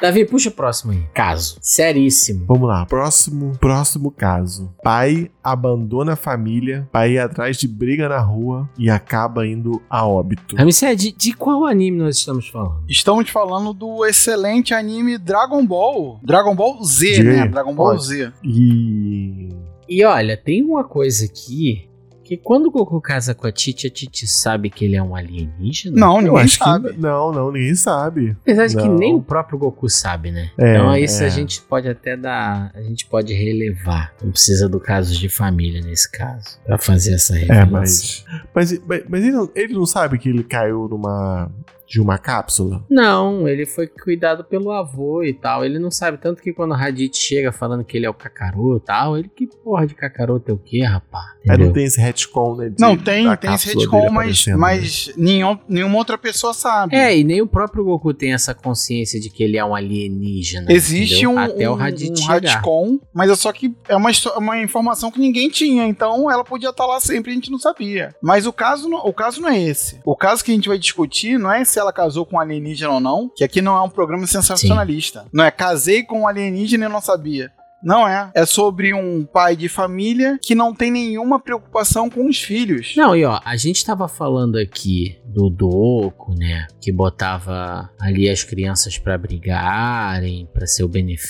E: Davi, puxa o próximo aí. Caso. Seríssimo.
F: Vamos lá. Próximo, próximo caso. Pai abandona a família para ir atrás de briga na rua e acaba indo a óbito.
E: Ramsey, é de, de qual anime nós estamos falando?
G: Estamos falando do excelente anime Dragon Ball. Dragon Ball Z,
F: Diga
G: né?
F: aí.
G: Dragon Ball
F: Olha.
G: Z.
F: E
E: E olha, tem uma coisa aqui que quando o Goku casa com a Titi, a Titi sabe que ele é um alienígena?
G: Não,
F: eu
G: ninguém
F: acho
G: sabe.
F: que não, não, ninguém sabe.
E: Apesar de que
F: Não.
E: nem o próprio Goku sabe, né?
F: É,
E: então isso
F: é.
E: a gente pode até dar. A gente pode relevar. Não precisa do caso de família nesse caso. Pra fazer essa
F: É,
E: revelação.
F: mas mas, mas, mas ele, não, ele não sabe que ele caiu numa de uma cápsula.
E: Não, ele foi cuidado pelo avô e tal. Ele não sabe tanto que quando o Raditz chega falando que ele é o Kakaroto e tal, ele que porra de Kakaroto é o quê, rapá?
F: Aí não
E: Entendeu?
F: tem esse retcon, né? de-
G: Não, tem,
F: da
G: tem esse
F: cápsula
G: retcon,
F: dele
G: mas,
F: aparecendo, né?
G: mas nenhum, nenhuma outra pessoa sabe.
E: É, e nem o próprio Goku tem essa consciência de que ele é um alienígena.
G: Existe
E: entendeu?
G: um,
E: Até o
G: um,
E: Raditz
G: um
E: chegar.
G: retcon, mas é só que é uma, histó- uma informação que ninguém tinha, então ela podia estar lá sempre, a gente não sabia. Mas o caso, não- o caso não é esse. O caso que a gente vai discutir não é se ela casou com um alienígena ou não, que aqui não é um programa sensacionalista. Não é casei com um alienígena e não sabia. Não é. É sobre um pai de família que não tem nenhuma preocupação com os filhos.
E: Não, e ó, a gente tava falando aqui do Doco, né? Que botava ali as crianças pra brigarem, pra seu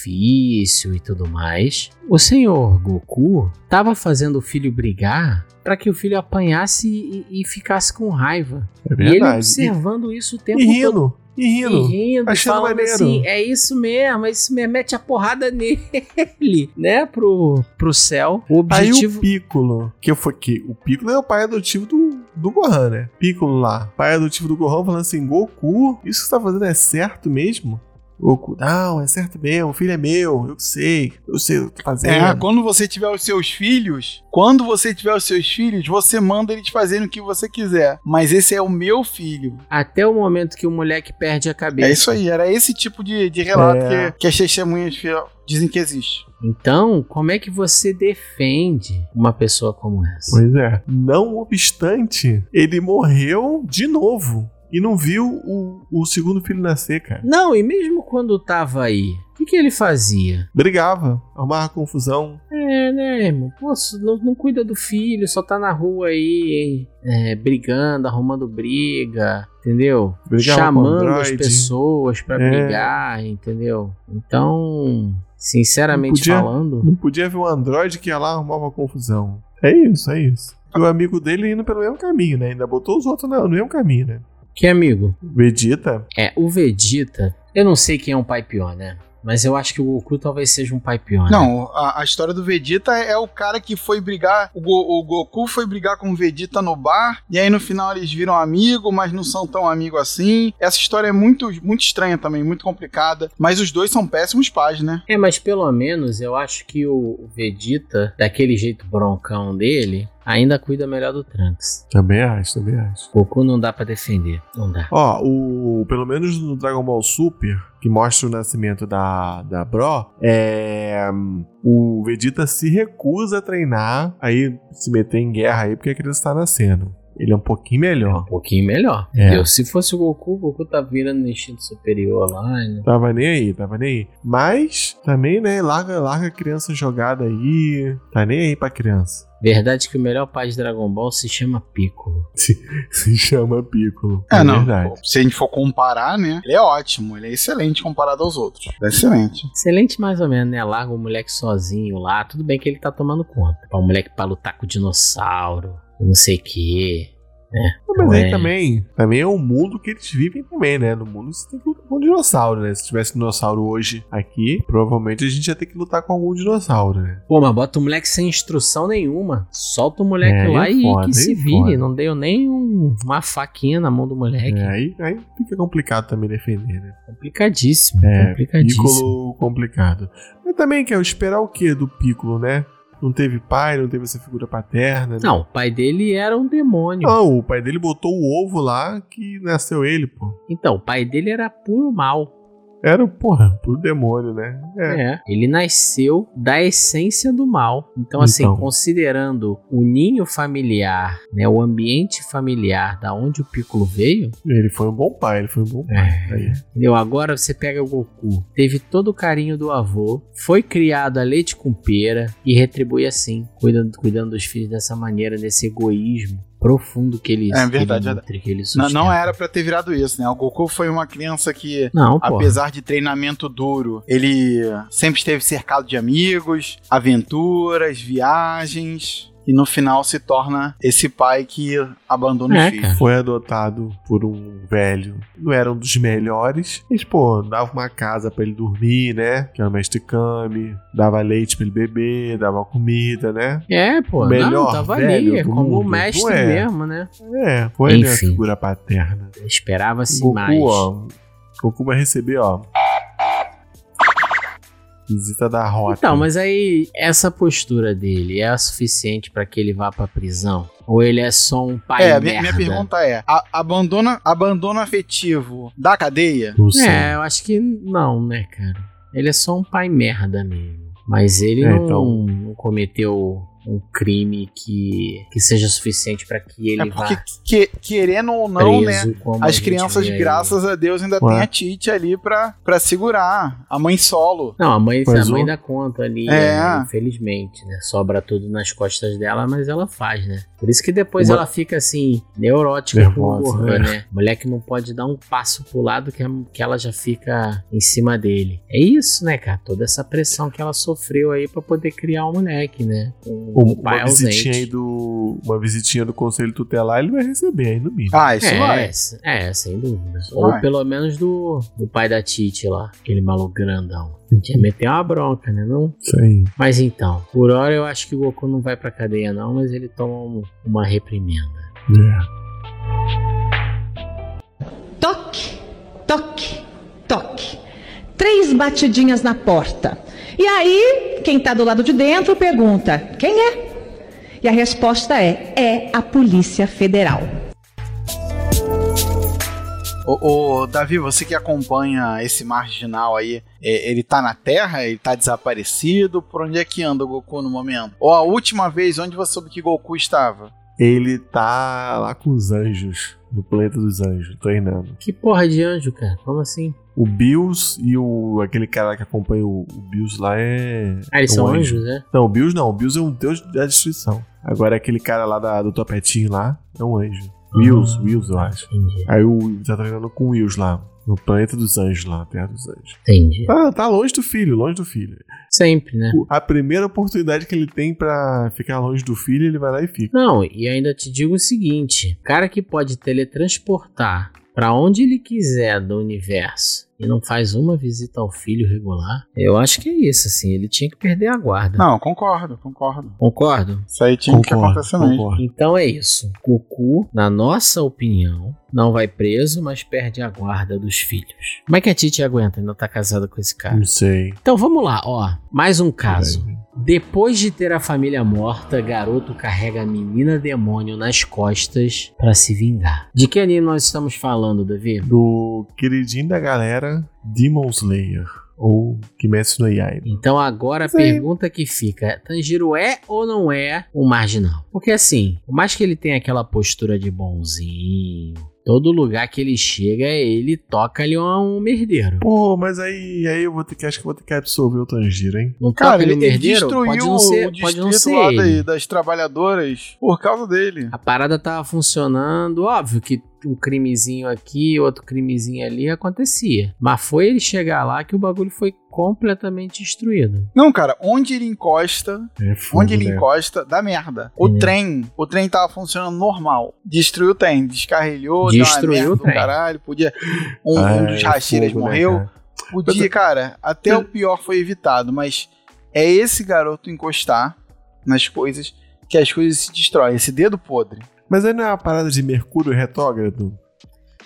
E: benefício e tudo mais. O senhor Goku tava fazendo o filho brigar pra que o filho apanhasse e, e ficasse com raiva.
F: É
E: E ele
F: verdade.
E: observando isso o
F: E,
E: tempo
F: e
E: todo.
F: rindo. E rindo.
E: E rindo,
F: achando
E: falando
F: maneiro.
E: assim, é isso mesmo, é isso mesmo, mete a porrada nele, né, pro, pro céu. O
F: Aí
E: objetivo...
F: o Piccolo, que foi que o Piccolo é o pai adotivo do, do Gohan, né? Piccolo lá, pai adotivo do Gohan, falando assim: Goku, isso que você tá fazendo é certo mesmo? Goku, não, é certo mesmo, o filho é meu, eu sei, eu sei o que eu tô fazendo.
G: É, quando você tiver os seus filhos, quando você tiver os seus filhos, você manda eles fazerem o que você quiser. Mas esse é o meu filho.
E: Até o momento que o moleque perde a cabeça.
G: É isso aí, era esse tipo de, de relato
E: É.
G: que, que as testemunhas fiel- dizem que existe.
E: Então, como é que você defende uma pessoa como essa?
F: Pois é. Não obstante, ele morreu de novo e não viu o, o segundo filho nascer, cara.
E: Não, e mesmo quando tava aí, o que, que ele fazia?
F: Brigava, arrumava confusão.
E: É, né, irmão? Pô, não, não cuida do filho, só tá na rua aí, é, brigando, arrumando briga, entendeu?
F: Brigava com
E: Chamando as
F: androide.
E: pessoas pra
F: É.
E: brigar, entendeu? Então, sinceramente
F: Não podia-
E: falando,
F: Não podia ver um androide que ia lá e arrumava confusão. É isso, é isso. E o amigo dele indo pelo mesmo caminho, né? Ainda botou os outros no no mesmo caminho, né?
E: que amigo?
F: Vegeta?
E: É, o Vegeta, eu não sei quem é um pai pior, né? Mas eu acho que o Goku talvez seja um pai pior. né?
G: Não, a, a história do Vegeta é o cara que foi brigar. O, Go- o Goku foi brigar com o Vegeta no bar. E aí no final eles viram amigo, mas não são tão amigo assim. Essa história é muito, muito estranha também, muito complicada. Mas os dois são péssimos pais, né?
E: É, mas pelo menos eu acho que o Vegeta, daquele jeito broncão dele, ainda cuida melhor do Trunks.
F: Também acho, também acho.
E: Goku não dá pra defender, não dá.
F: Ó, o, pelo menos no Dragon Ball Super, que mostra o nascimento da, da Bro, é, hum, o Vegeta se recusa a treinar, aí se meter em guerra aí, porque a criança tá nascendo. Ele é um pouquinho melhor. Um
E: pouquinho melhor.
F: É.
E: Eu, se fosse o Goku, o Goku tá virando no instinto superior lá, né?
F: Tava nem aí, tava nem aí. Mas, também, né, larga, larga a criança jogada aí. Tá nem aí pra criança.
E: Verdade que o melhor pai de Dragon Ball se chama Piccolo.
F: Se chama Piccolo.
G: É, não.
F: verdade.
G: Se a gente for comparar, né? Ele é ótimo, ele é excelente comparado aos outros. Excelente.
E: É Excelente mais ou menos, né? Larga o moleque sozinho lá. Tudo bem que ele tá tomando conta. Pra o moleque pra lutar com o dinossauro e não sei o que. Né?
F: Não, mas
E: Então
F: aí também, também é o mundo que eles vivem também, né? No mundo você tem que lutar com um dinossauro, né? Se tivesse dinossauro hoje aqui, provavelmente a gente ia ter que lutar com algum dinossauro, né?
E: Pô, mas bota o moleque sem instrução nenhuma. Solta o moleque
F: É,
E: lá
F: aí
E: e
F: foda,
E: que se
F: aí
E: vire.
F: foda.
E: Não deu nem um- uma faquinha na mão do moleque.
F: É, aí, aí fica complicado também defender, né?
E: Complicadíssimo,
F: É,
E: complicadíssimo.
F: Piccolo complicado. Mas também, que é esperar o quê do Piccolo, né? Não teve pai, não teve essa figura paterna. né?
E: Não, o pai dele era um demônio.
F: Não, o pai dele botou o ovo lá que nasceu ele, pô.
E: Então, o pai dele era puro mal.
F: Era, porra, puro demônio, né?
E: É. Ele nasceu da essência do mal. Então, assim,
F: Então.
E: considerando o ninho familiar, né, o ambiente familiar da onde o Piccolo veio,
F: Ele foi um bom pai, ele foi um bom pai.
E: É.
F: Aí.
E: Entendeu? Agora você pega o Goku, teve todo o carinho do avô, foi criado a leite com pera e retribui assim, cuidando, cuidando dos filhos dessa maneira, desse egoísmo profundo que ele
G: É verdade,
E: que ele,
G: verdade.
E: nutre, que ele
G: Não,
E: sustenta.
G: não era pra ter virado isso, né? O Goku foi uma criança que,
E: Não, porra.
G: apesar de treinamento duro, ele sempre esteve cercado de amigos, aventuras, viagens. E no final se torna esse pai que abandona
E: É,
G: o filho.
F: Foi adotado por um velho. Não era um dos melhores. Mas, pô, dava uma casa pra ele dormir, né? Que era o mestre Kami. Dava leite pra ele beber, dava comida, né?
E: É, pô, não,
F: Melhor
E: tava
F: velho
E: ali, é
F: do
E: como o
F: mundo.
E: mestre
F: Não é.
E: mesmo, né?
F: É, foi ele a
E: Enfim.
F: figura paterna.
E: Esperava-se
F: Goku,
E: mais.
F: ó. Goku vai receber, ó. Visita da rota.
E: Então, mas aí essa postura dele é a suficiente pra que ele vá pra prisão? Ou ele é só um pai
G: é, minha,
E: merda?
G: minha pergunta é: a- abandona, abandono afetivo da cadeia?
E: É, eu acho que não, né, cara? Ele é só um pai merda mesmo. Mas ele
G: É,
E: não,
G: então.
E: não cometeu um crime que, que seja suficiente pra que ele
G: É
E: vá.
G: porque, que- querendo ou não,
E: Preso,
G: né?
E: como a
G: As
E: gente
G: crianças,
E: vê aí.
G: graças a Deus, ainda
E: Ué.
G: tem a Tite ali pra, pra segurar. A mãe solo.
E: Não, a mãe, a
G: Pois
E: mãe
G: o-
E: dá conta ali,
G: É.
E: né, infelizmente, né? Sobra tudo nas costas dela, mas ela faz, né? Por isso que depois
F: Uma-
E: ela fica assim, neurótica
F: Nervosa,
E: com o Gohan,
F: né?
E: né? O moleque não pode dar um passo pro lado que, a- que ela já fica em cima dele. É isso, né, cara? Toda essa pressão que ela sofreu aí pra poder criar o moleque, né? Com
F: Um-
E: pai
F: uma
E: ausente.
F: visitinha aí do. Uma visitinha do conselho tutelar, ele vai receber aí no mínimo.
G: Ah,
E: é, se- É, sem dúvida. Ou
F: vai.
E: pelo menos do, do pai da Titi lá, aquele maluco grandão. Tinha meter uma bronca, né? Não?
F: Isso aí.
E: Mas então, por hora eu acho que o Goku não vai pra cadeia, não, mas ele toma um- uma reprimenda.
F: é.
M: Toque, toque, toque. Três batidinhas na porta. E aí, quem está do lado de dentro pergunta: quem é? E a resposta é: é a Polícia Federal.
G: Ô, ô, Davi, você que acompanha esse marginal aí, é, ele tá na Terra? Ele tá desaparecido? Por onde é que anda o Goku no momento? Ou a última vez, onde você soube que Goku estava?
F: Ele tá lá com os anjos, no planeta dos anjos, treinando.
E: Que porra de anjo, cara? Como assim?
F: O Bills e o aquele cara que acompanha o, o Bills lá é.
E: Ah, eles
F: é um
E: são
F: anjo.
E: anjos, né?
F: Não, o Bills não. O Bills é um deus da destruição. Agora aquele cara lá da- do topetinho lá é um anjo. Wills, Wills, eu acho. Aí o tá treinando com o Wills lá. No planeta dos anjos lá, Terra dos Anjos.
E: Entendi.
F: Ah, tá longe do filho, longe do filho.
E: Sempre, né?
F: Tipo, A primeira oportunidade que ele tem pra ficar longe do filho, ele vai lá e fica.
E: Não, e ainda te digo o seguinte: o cara que pode teletransportar pra onde ele quiser do universo e não faz uma visita ao filho regular, eu acho que é isso, assim. Ele tinha que perder a guarda.
G: Não, concordo, concordo.
E: Concordo?
G: Isso aí tinha que é acontecer mesmo.
E: Então é isso. Goku, na nossa opinião, não vai preso, mas perde a guarda dos filhos. Como é que a Titi aguenta? Ainda tá casada com esse cara?
F: Não sei.
E: Então vamos lá, ó. Mais um caso. Depois de ter a família morta, garoto carrega a menina demônio nas costas pra se vingar. De que anime nós estamos falando, Davi?
F: Do queridinho da galera, Demon Slayer. Ou Kimetsu no Yaiba.
E: Então agora a
F: Sim.
E: pergunta que fica: Tanjiro é ou não é um marginal? Porque assim, por mais que ele tenha aquela postura de bonzinho, todo lugar que ele chega, ele toca ali um, um merdeiro.
F: Pô, mas aí, aí eu vou ter que, acho que eu vou ter que absolver o Tanjiro, hein?
E: Não
G: Cara,
E: toca ali
G: ele,
E: um
G: ele
E: merdeiro?
G: destruiu
E: pode não ser,
G: o
E: pode não
G: distrito
E: ser
G: lá
E: ele.
G: da- das trabalhadoras por causa dele.
E: A parada tava funcionando, óbvio que um crimezinho aqui, outro crimezinho ali acontecia. Mas foi ele chegar lá que o bagulho foi completamente destruído.
G: Não, cara, onde ele encosta,
F: É
G: onde ele
E: né?
G: encosta, dá merda. O trem, o trem tava funcionando normal. Destruiu o trem, descarrilhou,
E: Destruiu
G: deu uma merda
E: o
G: do
E: trem.
G: caralho, podia... Um, um
F: Ah,
G: dos
F: é
G: Hashiras
F: fogo, né,
G: morreu.
F: cara?
G: podia, cara, até o pior foi evitado, mas é esse garoto encostar nas coisas que as coisas se destroem, esse dedo podre.
F: Mas aí não é uma parada de Mercúrio retrógrado?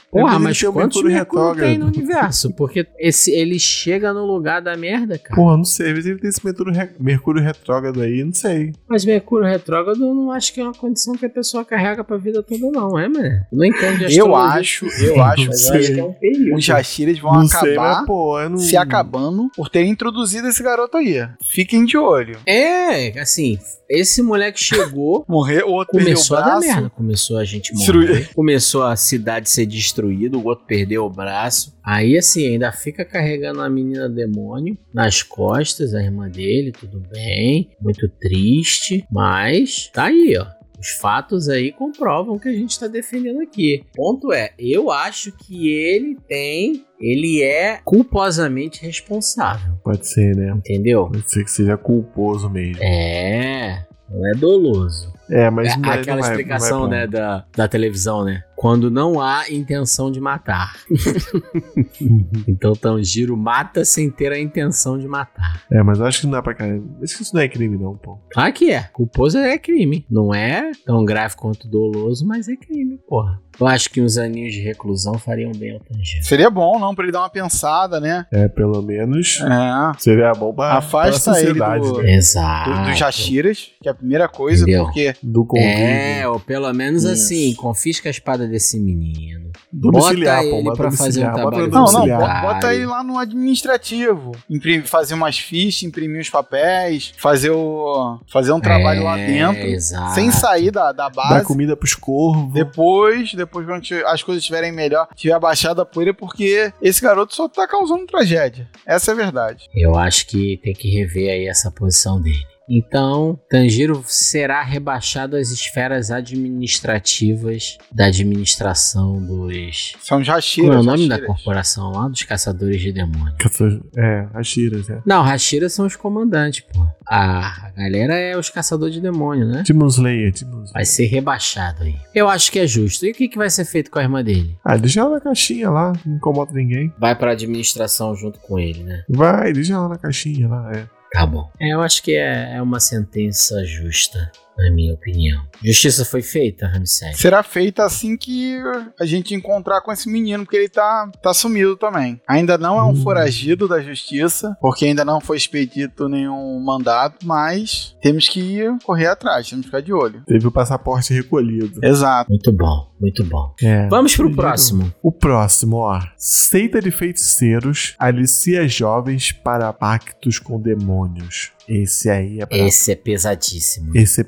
E: Porra,
F: Eu
E: mas
F: devia ter o
E: quantos
F: Mercúrio
E: Mercúrio tem no
F: retrógrado.
E: universo? Porque esse, ele chega no lugar da merda, cara.
F: Porra, não sei. Às vezes ele tem esse Mercúrio, re- Mercúrio retrógrado aí, não sei.
E: Mas Mercúrio retrógrado eu não acho que é uma condição que a pessoa carrega pra vida toda, não, é, mano? Não entendo de
G: Eu
E: astrologia.
G: acho, eu acho
E: Mas eu acho que é um período.
G: os Jashiras vão
E: Não
G: acabar
E: sei, mas, pô, hum. eu não-
G: se acabando por terem introduzido esse garoto aí. Fiquem de olho.
E: É, assim, esse moleque chegou.
G: Morreu, o outro
E: começou
G: perdeu o
E: a dar
G: braço.
E: merda. Começou a gente
G: Destruir.
E: morrer. Começou a cidade ser destruída, o outro perdeu o braço. Aí, assim, ainda fica carregando a menina demônio nas costas, a irmã dele, tudo bem. Muito triste, mas tá aí, ó. Os fatos aí comprovam o que a gente está defendendo aqui. O ponto é, eu acho que ele tem, ele é culposamente responsável.
F: Pode ser, né?
E: Entendeu?
F: Pode ser que seja culposo mesmo.
E: É, não é doloso.
F: É, mas
E: É
F: não é-
E: aquela
F: não é- não é
E: explicação,
F: bom.
E: né, da, da televisão, né? Quando não há intenção de matar. então Tanjiro mata sem ter a intenção de matar.
F: É, mas eu acho que não dá pra caramba. Acho que isso não é crime, não, pô.
E: Claro que é. Culposo é crime. Não é tão grave quanto doloso, mas é crime, porra. Eu acho que uns aninhos de reclusão fariam bem ao Tanjiro.
G: Seria bom, não, pra ele dar uma pensada, né?
F: É, pelo menos.
G: É.
F: Seria bom pra,
G: Afasta
F: pra
G: ele
F: sociedade,
G: do,
F: né?
G: do, dos Jashiras, que é a primeira coisa,
E: Entendeu?
G: porque...
F: Do
E: É, ou pelo menos
G: Isso.
E: assim, confisca a espada desse menino.
G: Domiciliar,
E: bota
G: pô,
E: ele
G: bota
E: pra fazer um
G: domiciliar, bota
E: trabalho
G: Não, não,
E: voluntário.
G: bota, bota ele lá no administrativo. Imprim- fazer umas fichas, imprimir os papéis, fazer, o, fazer um trabalho lá dentro,
E: É, exato.
G: sem sair da, da
F: Dá
G: base.
F: comida pros corvos.
G: Depois, depois quando tiver- as coisas estiverem melhor, tiver abaixado a poeira, porque esse garoto só tá causando tragédia. Essa é a verdade.
E: Eu acho que tem que rever aí essa posição dele. Então, Tanjiro será rebaixado às esferas administrativas da administração dos.
G: São os Hashiras.
E: Como é o nome da
G: Hashiras.
E: corporação lá? Dos Caçadores de Demônios.
F: É, Hashiras, é.
E: Não, Hashiras são os comandantes, pô. A galera é os Caçadores de Demônio, né?
F: Demon Slayer, Demon Slayer.
E: Vai ser rebaixado aí. Eu acho que é justo. E o que, que vai ser feito com a irmã dele?
F: Ah, deixa ela na caixinha lá, não incomoda ninguém.
E: Vai pra administração junto com ele, né?
F: Vai, deixa ela na caixinha lá, é.
E: Tá bom. É, eu acho que é, é uma sentença justa, na minha opinião. Justiça foi feita, Ramsey.
G: Será feita assim que a gente encontrar com esse menino, porque ele tá, tá sumido também. Ainda não é um foragido da justiça, porque ainda não foi expedito nenhum mandato, mas temos que correr atrás, temos que ficar de olho.
F: Teve o passaporte recolhido.
G: Exato.
E: Muito bom, muito bom.
F: É.
E: Vamos pro
F: Entendido?
E: próximo.
F: O próximo, ó. Seita de feiticeiros alicia jovens para pactos com demônios. Esse aí é pra...
E: Esse é pesadíssimo.
F: Esse é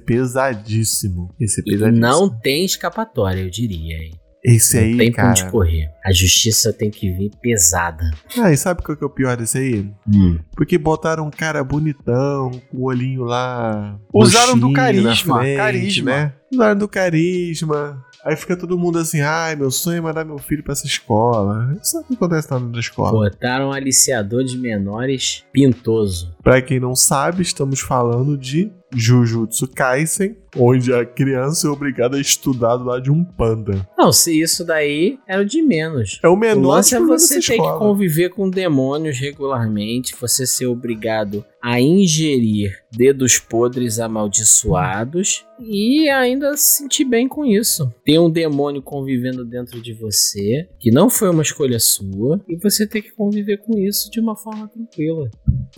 F: pesadíssimo. Esse é
E: E
F: pesadíssimo.
E: não tem escapatória, eu diria, hein?
F: Esse
E: não
F: aí,
E: tem pra
F: cara.
E: onde correr. A justiça tem que vir pesada.
F: Ah, e sabe qual que é o pior desse aí?
E: Hum.
F: Porque botaram um cara bonitão, com o olhinho lá.
G: Usaram do
F: roxinho na
G: carisma,
F: frente,
G: carisma.
F: Né? Usaram do carisma. Aí fica todo mundo assim, ai, meu sonho é mandar meu filho pra essa escola. Isso não acontece nada na escola.
E: Botaram um aliciador de menores pintoso.
F: Pra quem não sabe, estamos falando de Jujutsu Kaisen, onde a criança é obrigada a estudar do lado de um panda.
E: Não, se isso daí era o de menos.
F: É o
E: O
F: menor
E: lance é
F: problema
E: você
F: dessa
E: ter que
F: escola.
E: conviver com demônios regularmente, você ser obrigado a ingerir dedos podres amaldiçoados e ainda se sentir bem com isso. Ter um demônio convivendo dentro de você, que não foi uma escolha sua, e você ter que conviver com isso de uma forma tranquila.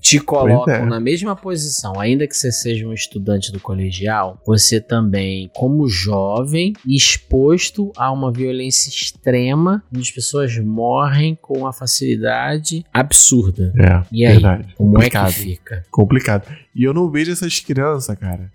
E: Te colocam
F: é.
E: na mesma posição, ainda que você seja um estudante do colegial, você também, como jovem, exposto a uma violência extrema, onde as pessoas morrem com uma facilidade absurda.
F: É,
E: E aí?
F: verdade.
E: Como é que
F: Complicado.
E: fica?
F: Complicado. E eu não vejo essas crianças, cara,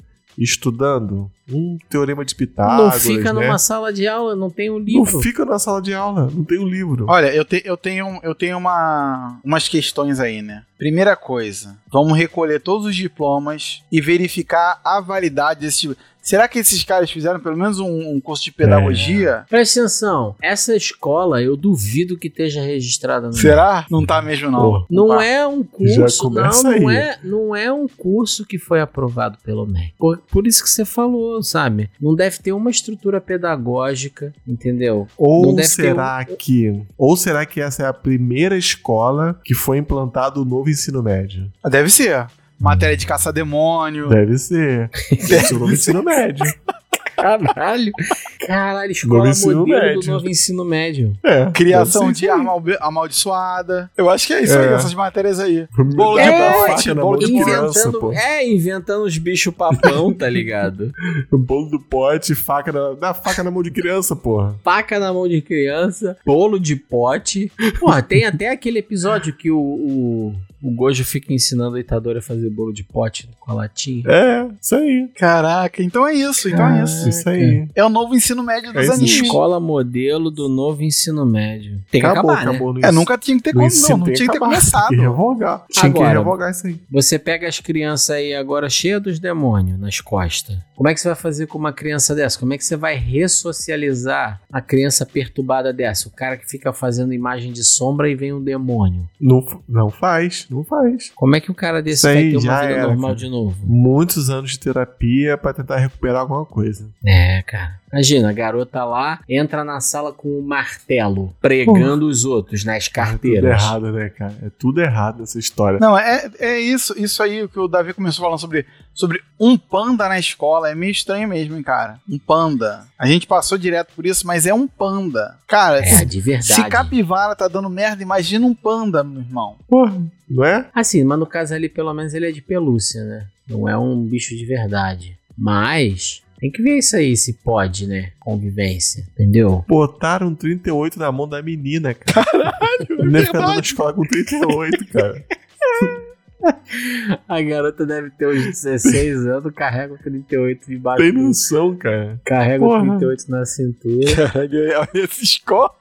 F: estudando um teorema de Pitágoras,
E: não fica
F: né?
E: numa sala de aula, não tem um
F: Não
E: livro.
F: fica na sala de aula, não tem um livro.
G: Olha, eu, te- eu tenho, eu tenho uma, umas questões aí, né? Primeira coisa, vamos recolher todos os diplomas e verificar a validade desse tipo. Será que esses caras fizeram pelo menos um, um curso de pedagogia?
E: Presta atenção, essa escola eu duvido que esteja registrada no
G: Será? Não tá mesmo, não.
F: Pô,
E: Não
G: tá.
E: é um
F: Já
E: curso, não,
F: começa
E: não
F: aí.
E: é, não é um curso que foi aprovado pelo MEC. Por, por isso que você falou, sabe? Não deve ter uma estrutura pedagógica, entendeu? Não
F: Ou
E: deve ter um-
F: será que. Ou será que essa é a primeira escola que foi implantado o novo ensino médio?
G: Deve ser. Matéria de caça-demônio.
F: Deve ser. Deve ser o novo ensino médio.
E: Caralho! Caralho, escola
F: Novo ensino
E: modelo do
F: médio.
E: novo ensino médio.
F: É,
G: Criação
F: deve ser
G: de
F: isso aí.
G: arma albe- amaldiçoada. Eu acho que é isso aí,
F: É.
G: essas matérias aí.
F: Bolo de
E: É,
F: pote,
G: bolo
F: bolo
G: de
F: de criança,
E: Inventando,
F: pô.
E: é, inventando os bichos papão, tá ligado?
F: Bolo do pote, faca na, dá faca na mão de criança, porra.
E: Paca na mão de criança, bolo de pote. Porra, tem até aquele episódio que o, o, o Gojo fica ensinando a Itadori a fazer bolo de pote com a latinha.
F: É, isso aí.
G: Caraca, então é isso, então é isso.
F: Isso aí.
G: É o novo ensino médio dos
F: É isso.
G: animes.
E: Escola modelo do novo ensino médio. Tem que
F: acabou,
E: acabar, né?
F: acabou. no
G: É,
F: ensino-
G: nunca tinha que ter,
F: no
G: como, não,
F: ensino
G: não
F: tem
G: tinha que ter
F: acabar, Tinha que
G: começado.
F: revogar. Tinha que
E: Agora.
F: revogar isso aí.
E: Você pega as crianças aí agora cheias dos demônios nas costas. Como é que você vai fazer com uma criança dessa? Como é que você vai ressocializar a criança perturbada dessa? O cara que fica fazendo imagem de sombra e vem um demônio.
F: Não, f- não faz, não faz.
E: Como é que o cara desse
F: Isso
E: vai
F: aí
E: ter uma
F: já
E: vida
F: era,
E: normal
F: cara.
E: de novo?
F: Muitos anos de terapia pra tentar recuperar alguma coisa.
E: É, cara. Imagina, a garota lá entra na sala com um martelo, pregando os outros nas
F: é Tudo
E: carteiras.
F: errado, né, cara? É tudo errado essa história.
G: Não, é, é isso, isso aí que o Davi começou falando sobre, sobre um panda na escola. É meio estranho mesmo, hein, cara. Um panda. A gente passou direto por isso, mas é um panda. Cara,
E: É,
G: se,
E: de verdade.
G: se capivara tá dando merda, imagina um panda, meu irmão.
F: Porra, não é?
E: Assim, mas no caso ali, pelo menos ele é de pelúcia, né? Não é um bicho de verdade. Mas tem que ver isso aí, se pode, né? Convivência, entendeu?
F: Botaram 38 na mão da menina, cara. Caralho, Menina fica andando na escola com 38, cara.
E: A garota deve ter uns 16 anos, carrega um o 38 debaixo.
F: Tem
E: do-
F: noção, cara.
E: Carrega um o
F: Porra.
E: 38 na cintura.
G: Caralho, olha essa escola.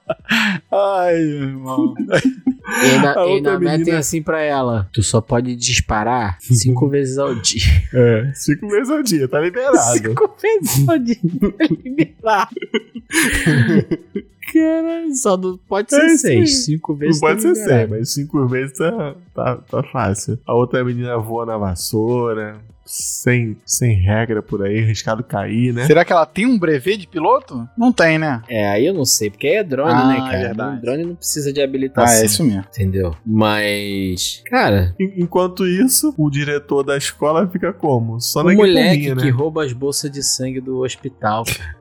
G: Ai, meu irmão.
E: E ainda,
F: A
E: e ainda
F: outra
E: metem
F: menina-
E: assim pra ela. Tu só pode disparar cinco vezes ao dia.
F: É, cinco vezes ao dia, tá liberado.
E: Cinco vezes ao dia, tá liberado. Caralho, só não pode ser
F: É isso aí.
E: seis. Cinco vezes
F: Não
E: tá
F: pode ser
E: liberado.
F: seis, mas cinco vezes tá, tá, tá fácil. A outra menina voa na vassoura, sem, sem regra por aí, arriscado cair, né?
G: Será que ela tem um brevet de piloto? Não tem, né?
E: É, aí eu não sei, porque aí é drone,
G: Ah,
E: né, cara?
G: é verdade.
E: Um drone não precisa de habilitação.
G: Ah, é isso mesmo.
E: Entendeu? Mas, cara,
F: En- Enquanto isso, o diretor da escola fica como? Só na
E: o um moleque
F: guitarrinha,
E: que
F: né?
E: rouba as bolsas de sangue do hospital, cara.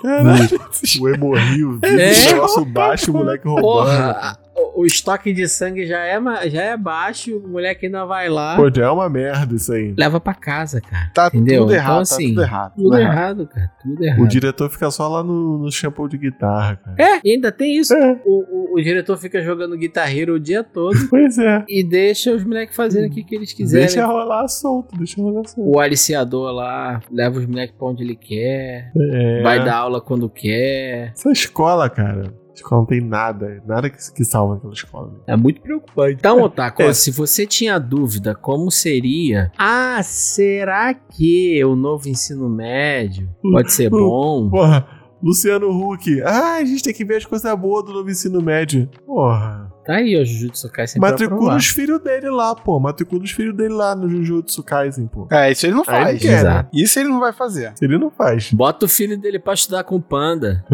F: Caralho, o hemorrio,
E: É.
F: é. negócio baixo, o moleque roubando.
E: Porra, a- o- o estoque de sangue já é, ma- já é baixo, o moleque ainda vai lá.
F: Pô, já é uma merda isso aí.
E: Leva pra casa, cara.
G: Tá
E: Entendeu?
G: tudo errado,
E: então,
G: tá
E: assim,
G: tudo errado.
E: Tudo
G: tudo errado.
E: errado, cara. Tudo
F: O
E: errado.
F: diretor fica só lá no, no shampoo de guitarra, cara.
E: É, e ainda tem isso. O, o- o diretor fica jogando guitarreiro o dia todo
F: Pois é.
E: e deixa os moleques fazerem o que, que eles quiserem.
F: Deixa rolar solto, deixa rolar solto.
E: né? o aliciador lá, leva os moleques pra onde ele quer,
F: É.
E: vai dar aula quando quer.
F: Essa escola, cara. A escola não tem nada. Nada que, que salva aquela escola.
E: É muito preocupante. Então, Otaku, ó,
F: É.
E: se você tinha dúvida como seria, ah, será que o novo ensino médio pode ser bom?
F: Porra, Luciano Huck. Ah, a gente tem que ver as coisas boas do novo ensino médio. Porra.
E: Tá aí, ó, Jujutsu Kaisen pra
F: Matricula
E: provar.
F: os filhos dele lá, pô. Matricula os filhos dele lá no Jujutsu Kaisen, pô.
G: É, isso ele não
F: Aí
G: faz.
F: ele quer,
E: Exato.
F: né?
G: Isso ele não vai fazer.
F: Ele não faz.
E: Bota o filho dele pra estudar com o panda,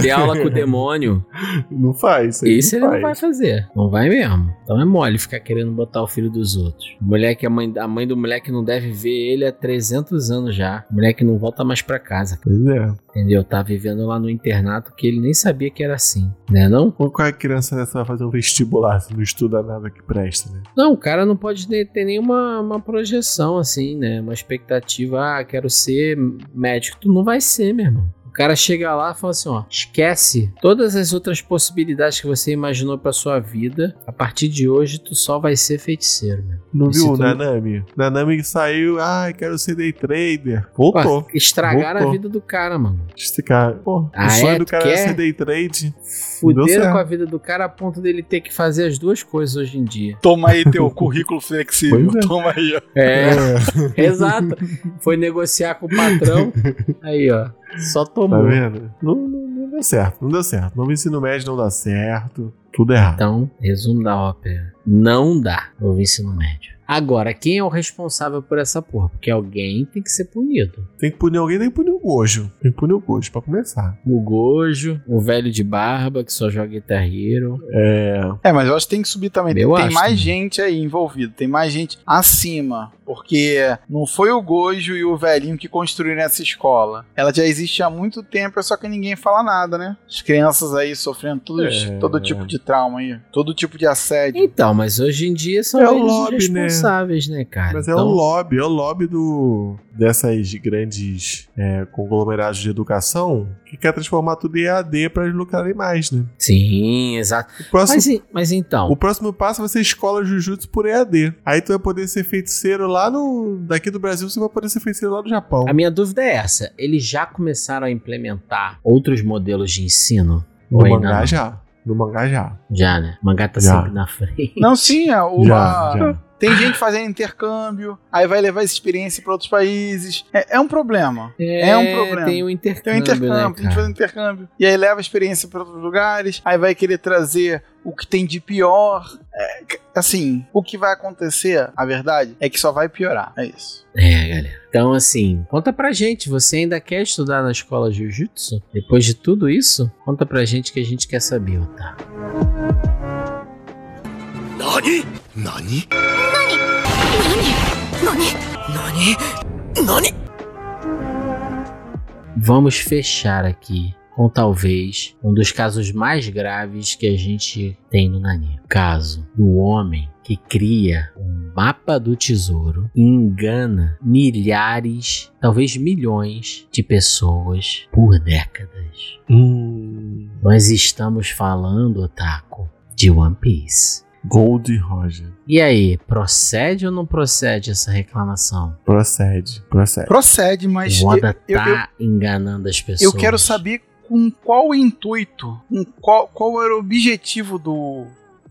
E: ter aula com o demônio.
F: Não faz. Isso, aí
E: Isso ele
F: não
E: não vai
F: faz.
E: fazer. Não vai mesmo. Então é mole ficar querendo botar o filho dos outros. O Moleque, a mãe, a mãe do moleque não deve ver ele há 300 anos já. O moleque não volta mais pra casa,
F: Pois é.
E: entendeu? Tá vivendo lá no internato que ele nem sabia que era assim, né não?
F: Pô, Qual é a criança dessa vai fazer um vestibular se não estuda nada que presta, né?
E: Não, o cara não pode ne- ter nenhuma uma projeção assim, né? Uma expectativa, ah, quero ser médico. Tu não vai ser, meu irmão. O cara chega lá e fala assim, ó, esquece todas as outras possibilidades que você imaginou pra sua vida. A partir de hoje, tu só vai ser feiticeiro, meu.
F: Não
E: Esse
F: viu o
E: tu-
F: Nanami? Nanami que saiu, ai, quero ser day trader. Voltou.
E: Pô, Estragaram a
F: Voltou.
E: vida do cara, mano.
F: Esse cara, pô,
E: Ah,
F: o sonho
E: é?
F: do
E: Tu
F: cara
E: quer?
F: era ser day trade. Deu
E: Fuderam
F: certo.
E: com a vida do cara a ponto dele ter que fazer as duas coisas hoje em dia.
G: Toma aí teu currículo flexível.
F: Pois é.
G: Toma aí, ó.
E: É, exato. Foi negociar com o patrão. Aí, ó. Só
F: Tá
E: tomou.
F: vendo? Não, não- não deu certo, não deu certo. Novo ensino médio não dá certo. Tudo errado.
E: Então, resumo da ópera. Não dá no ensino médio. Agora, quem é o responsável por essa porra? Porque alguém tem que ser punido.
F: Tem que punir alguém, tem que punir o Gojo. Tem que punir o Gojo pra começar.
E: O Gojo, o velho de barba que só joga Guitar Hero.
F: É.
G: É, mas eu acho que tem que subir também.
E: Eu
G: tem
E: acho
G: mais
E: também.
G: gente aí envolvida, tem mais gente acima. Porque não foi o Gojo e o velhinho que construíram essa escola. Ela já existe há muito tempo, é só que ninguém fala nada, né? As crianças aí sofrendo todos-
F: É.
G: todo tipo de trauma aí, todo tipo de assédio.
E: Então, mas hoje em dia são
F: É o
E: eles os
F: lobby, né?
E: responsáveis, né, cara?
F: Mas é
E: Então,
F: o lobby, é o lobby do, dessas grandes é, conglomerados de educação que quer transformar tudo em EAD pra eles lucrarem mais, né?
E: Sim, exato.
F: O próximo,
E: Mas, e- mas então,
F: o próximo passo vai ser escola Jujutsu por EAD. Aí tu vai poder ser feiticeiro lá no. Daqui do Brasil você vai poder ser feiticeiro lá no Japão.
E: a minha dúvida é essa. Eles já começaram a implementar outros modelos de ensino? Ou
F: No
E: ainda
F: mangá
E: não?
F: já. No mangá já.
E: Já, né? O mangá tá
F: Já.
E: sempre na frente.
G: Não, sim, é, o,
F: Já,
G: a-
F: já.
G: tem gente fazendo intercâmbio, aí vai levar essa experiência pra outros países. É, é um problema. É um problema.
E: Tem um intercâmbio,
G: Tem um intercâmbio,
E: né,
G: tem gente
E: cara?
G: fazendo intercâmbio. E aí leva a experiência pra outros lugares, aí vai querer trazer o que tem de pior. É, c- assim, o que vai acontecer, a verdade, é que só vai piorar. É isso.
E: É, galera. Então, assim, conta pra gente. Você ainda quer estudar na escola Jiu-Jitsu? Depois de tudo isso, conta pra gente que a gente quer saber, tá?
H: Nani? Nani? Nani? Nani?
E: Vamos fechar aqui com talvez um dos casos mais graves que a gente tem no Nani. O caso do homem que cria um mapa do tesouro e engana milhares, talvez milhões de pessoas por décadas.
F: Hum.
E: Nós estamos falando, Otaku, de One Piece.
F: Gold Roger.
E: E aí, procede ou não procede essa reclamação?
F: Procede, procede.
G: Procede, mas
E: o
G: eu,
E: Oda
G: eu- eu-
E: tá enganando as pessoas.
G: eu quero saber com qual intuito, com qual, qual era o objetivo do,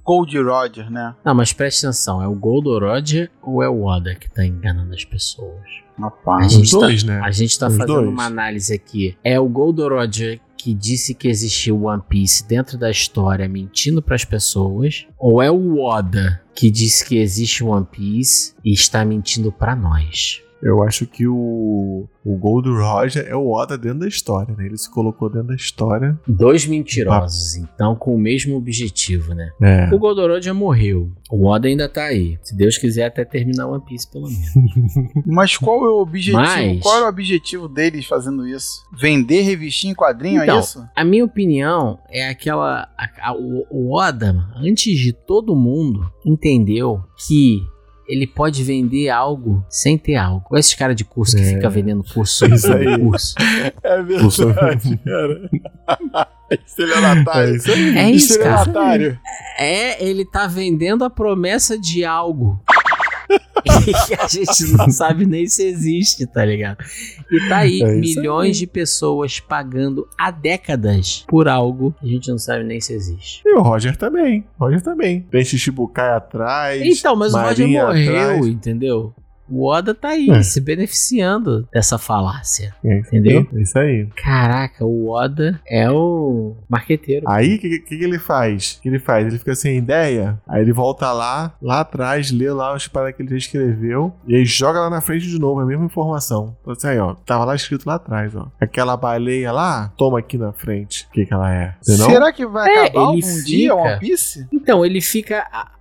G: Gold Roger, né?
E: Não, mas preste atenção, é o Gold Roger ou é o Oda que tá enganando as pessoas?
G: Rapaz,
E: a gente
G: os dois,
E: tá,
G: né?
E: A gente tá
G: Os
E: fazendo
G: dois.
E: uma análise aqui. É o Gold Roger que disse que existiu One Piece dentro da história, mentindo pras pessoas, ou é o Oda que disse que existe One Piece e está mentindo pra nós?
F: Eu acho que o, o gol do Roger é o Oda dentro da história, né? Ele se colocou dentro da história.
E: Dois mentirosos, então, com o mesmo objetivo, né?
F: É.
E: O Goldorod já morreu. O Oda ainda tá aí. Se Deus quiser, até terminar One Piece, pelo menos.
G: Mas qual é o objetivo?
E: Mas-
G: Qual era o objetivo deles fazendo isso? Vender revistinha em quadrinho,
E: Então,
G: é isso?
E: a minha opinião é aquela. a- a- o, o Oda, antes de todo mundo, entendeu que ele pode vender algo sem ter algo. Ou esses caras de curso que fica vendendo curso
F: É. Isso
E: sobre
F: aí.
E: curso.
G: É
F: verdade,
G: cara. Estelionatário.
F: É isso aí.
E: É isso, cara.
G: Estelionatário.
E: É, ele tá vendendo a promessa de algo. que a gente não sabe nem se existe, tá ligado? E tá aí,
F: É isso
E: milhões
F: aí.
E: de pessoas pagando há décadas por algo que a gente não sabe nem se existe.
F: E o Roger também. Roger também. Tem Shichibukai atrás.
E: Então, mas
F: Marinha
E: o Roger morreu,
F: atrás.
E: entendeu? O Oda tá aí,
F: É.
E: se beneficiando dessa falácia.
F: É,
E: Entendeu?
F: É isso aí.
E: Caraca, o Oda é o marqueteiro.
F: Aí o que, que, que ele faz? O que ele faz? Ele fica sem ideia, aí ele volta lá, lá atrás, lê lá os paradas que ele já escreveu, e aí joga lá na frente de novo, a mesma informação. Então, assim, aí, ó, tava lá escrito lá atrás, ó. Aquela baleia lá, toma aqui na frente. O que, que ela é? Entendeu?
G: Será que vai
E: É,
G: acabar algum
E: ele
G: dia o One
E: fica-
G: Piece?
E: Então, ele fica a-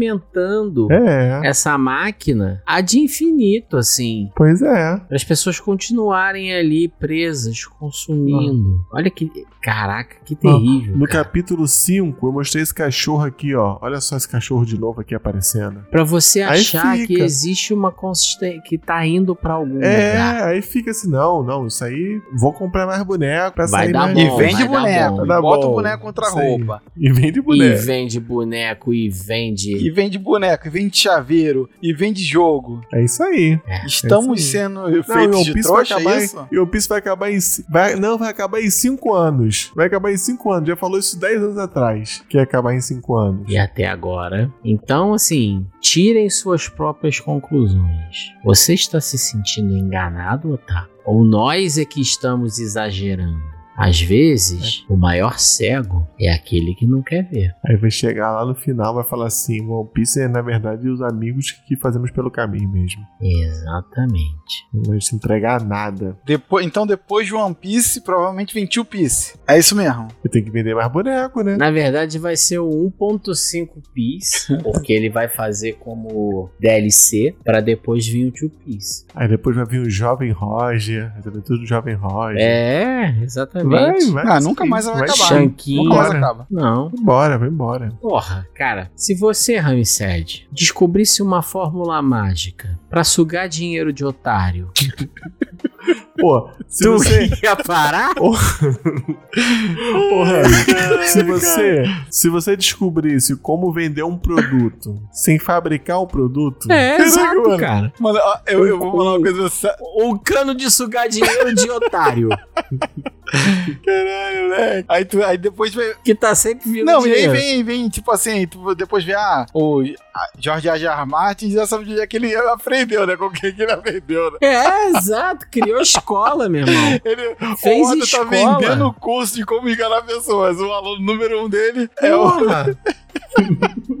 E: alimentando
F: É.
E: essa máquina a de infinito, assim.
F: Pois é.
E: Para as pessoas continuarem ali presas, consumindo. Olha que. Caraca, que terrível.
F: No capítulo 5, eu mostrei esse cachorro aqui, ó. Olha só esse cachorro de novo aqui aparecendo.
E: Pra você
F: Aí
E: achar
F: fica.
E: que existe uma consistência que tá indo pra algum
F: É,
E: lugar.
F: aí fica assim, não, não, isso aí, vou comprar mais boneco pra
E: Vai
F: sair
E: dar
F: mais...
E: bom,
G: E vende
E: vai dar
G: boneco.
E: bom.
G: e
F: Tá
G: bota o
F: bom.
G: boneco contra a
F: Isso aí.
G: roupa.
F: E vende
E: E
F: boneco.
E: vende boneco e vende.
G: E vende boneco, e vende chaveiro, e vende jogo.
F: É isso aí.
G: Estamos
F: é isso aí.
G: sendo
F: Não, e o
G: feitos
F: One
G: de
F: Piece vai
G: trouxa,
F: acabar,
G: é
F: em,
G: isso?
F: e o One Piece vai acabar em. ci- vai- não, vai acabar em 5 anos. Vai acabar em 5 anos. Já falou isso 10 anos atrás. Que ia acabar em 5 anos.
E: E até agora. Então, assim, tirem suas próprias conclusões. Você está se sentindo enganado ou tá? Ou nós é que estamos exagerando? Às vezes, o maior cego é aquele que não quer ver.
F: Aí vai chegar lá no final vai falar assim: o One Piece é, na verdade, os amigos que fazemos pelo caminho mesmo.
E: Exatamente.
F: Não vai se entregar a nada.
G: Depois, então, depois de One Piece, provavelmente vem Two Piece. É isso mesmo.
F: Eu tenho que vender mais boneco, né?
E: Na verdade, vai ser o 1.5 piece, porque ele vai fazer como DLC para depois vir o 2 piece.
F: Aí depois vai vir o Jovem Roger, as aventuras do Jovem Roger.
E: É,
F: vai,
E: exatamente.
F: vai.
G: Ah, nunca mais ela vai acabar.
E: Chanquinho.
G: Nunca mais
F: Bora.
G: acaba.
E: Não.
F: Vai embora, vai embora.
E: Porra, cara, se você, Ramsed, descobrisse uma fórmula mágica pra sugar dinheiro de otário,
F: Pô, se
E: tu
F: você.
E: ia parar?
F: Porra, se você, se você descobrisse como vender um produto sem fabricar o produto,
E: É,
F: caraca,
E: exato,
F: mano,
E: cara.
G: Mano, ó, eu, eu vou falar uma coisa. sa-
E: Um cano de sugar dinheiro de otário,
G: Caralho, moleque. né? Aí, tu, aí depois vai.
E: que tá sempre vindo
G: Não, e aí
E: dinheiro.
G: vem, vem, tipo assim, tu depois vê, ah, o a- George R. R. Martin já sabe onde é que ele aprendeu, né? Com quem que ele aprendeu, né?
E: É, exato, criou escola, meu irmão.
G: Ele,
E: Fez
G: o Oda
E: escola.
G: tá vendendo o curso de como enganar pessoas. O aluno número um dele é o.
E: Porra.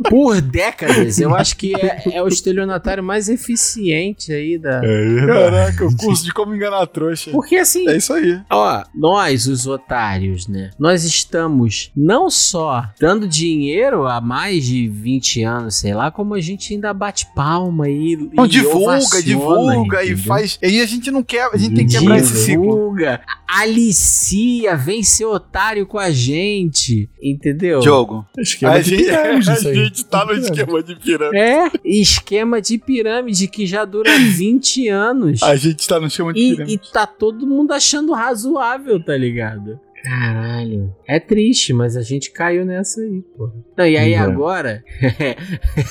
E: Por décadas, eu acho que é, é o estelionatário mais eficiente aí da.
F: É verdade.
G: Caraca, o curso de como enganar a trouxa.
E: Porque assim,
G: É isso aí.
E: Ó, nós, os otários, né? Nós estamos não só dando dinheiro há mais de 20 anos, sei lá, como a gente ainda bate palma e.
G: Não,
E: e
G: divulga,
E: ovaciona,
G: divulga e
E: entendeu?
G: faz. E a gente não quer, a gente tem que quebrar esse ciclo.
E: Divulga, alicia, vem ser otário com a gente, entendeu?
G: Jogo.
F: Esquema
G: A
F: de
G: gente,
F: pirâmide
G: a
F: isso aí.
G: gente tá no esquema de pirâmide.
E: É, esquema de pirâmide que já dura 20 anos.
G: A gente tá no esquema de
E: E,
G: pirâmide.
E: e tá todo mundo achando razoável, tá ligado? Caraca. Caralho. É triste, mas a gente caiu nessa aí, pô. Não, e aí
F: Uhum.
E: agora.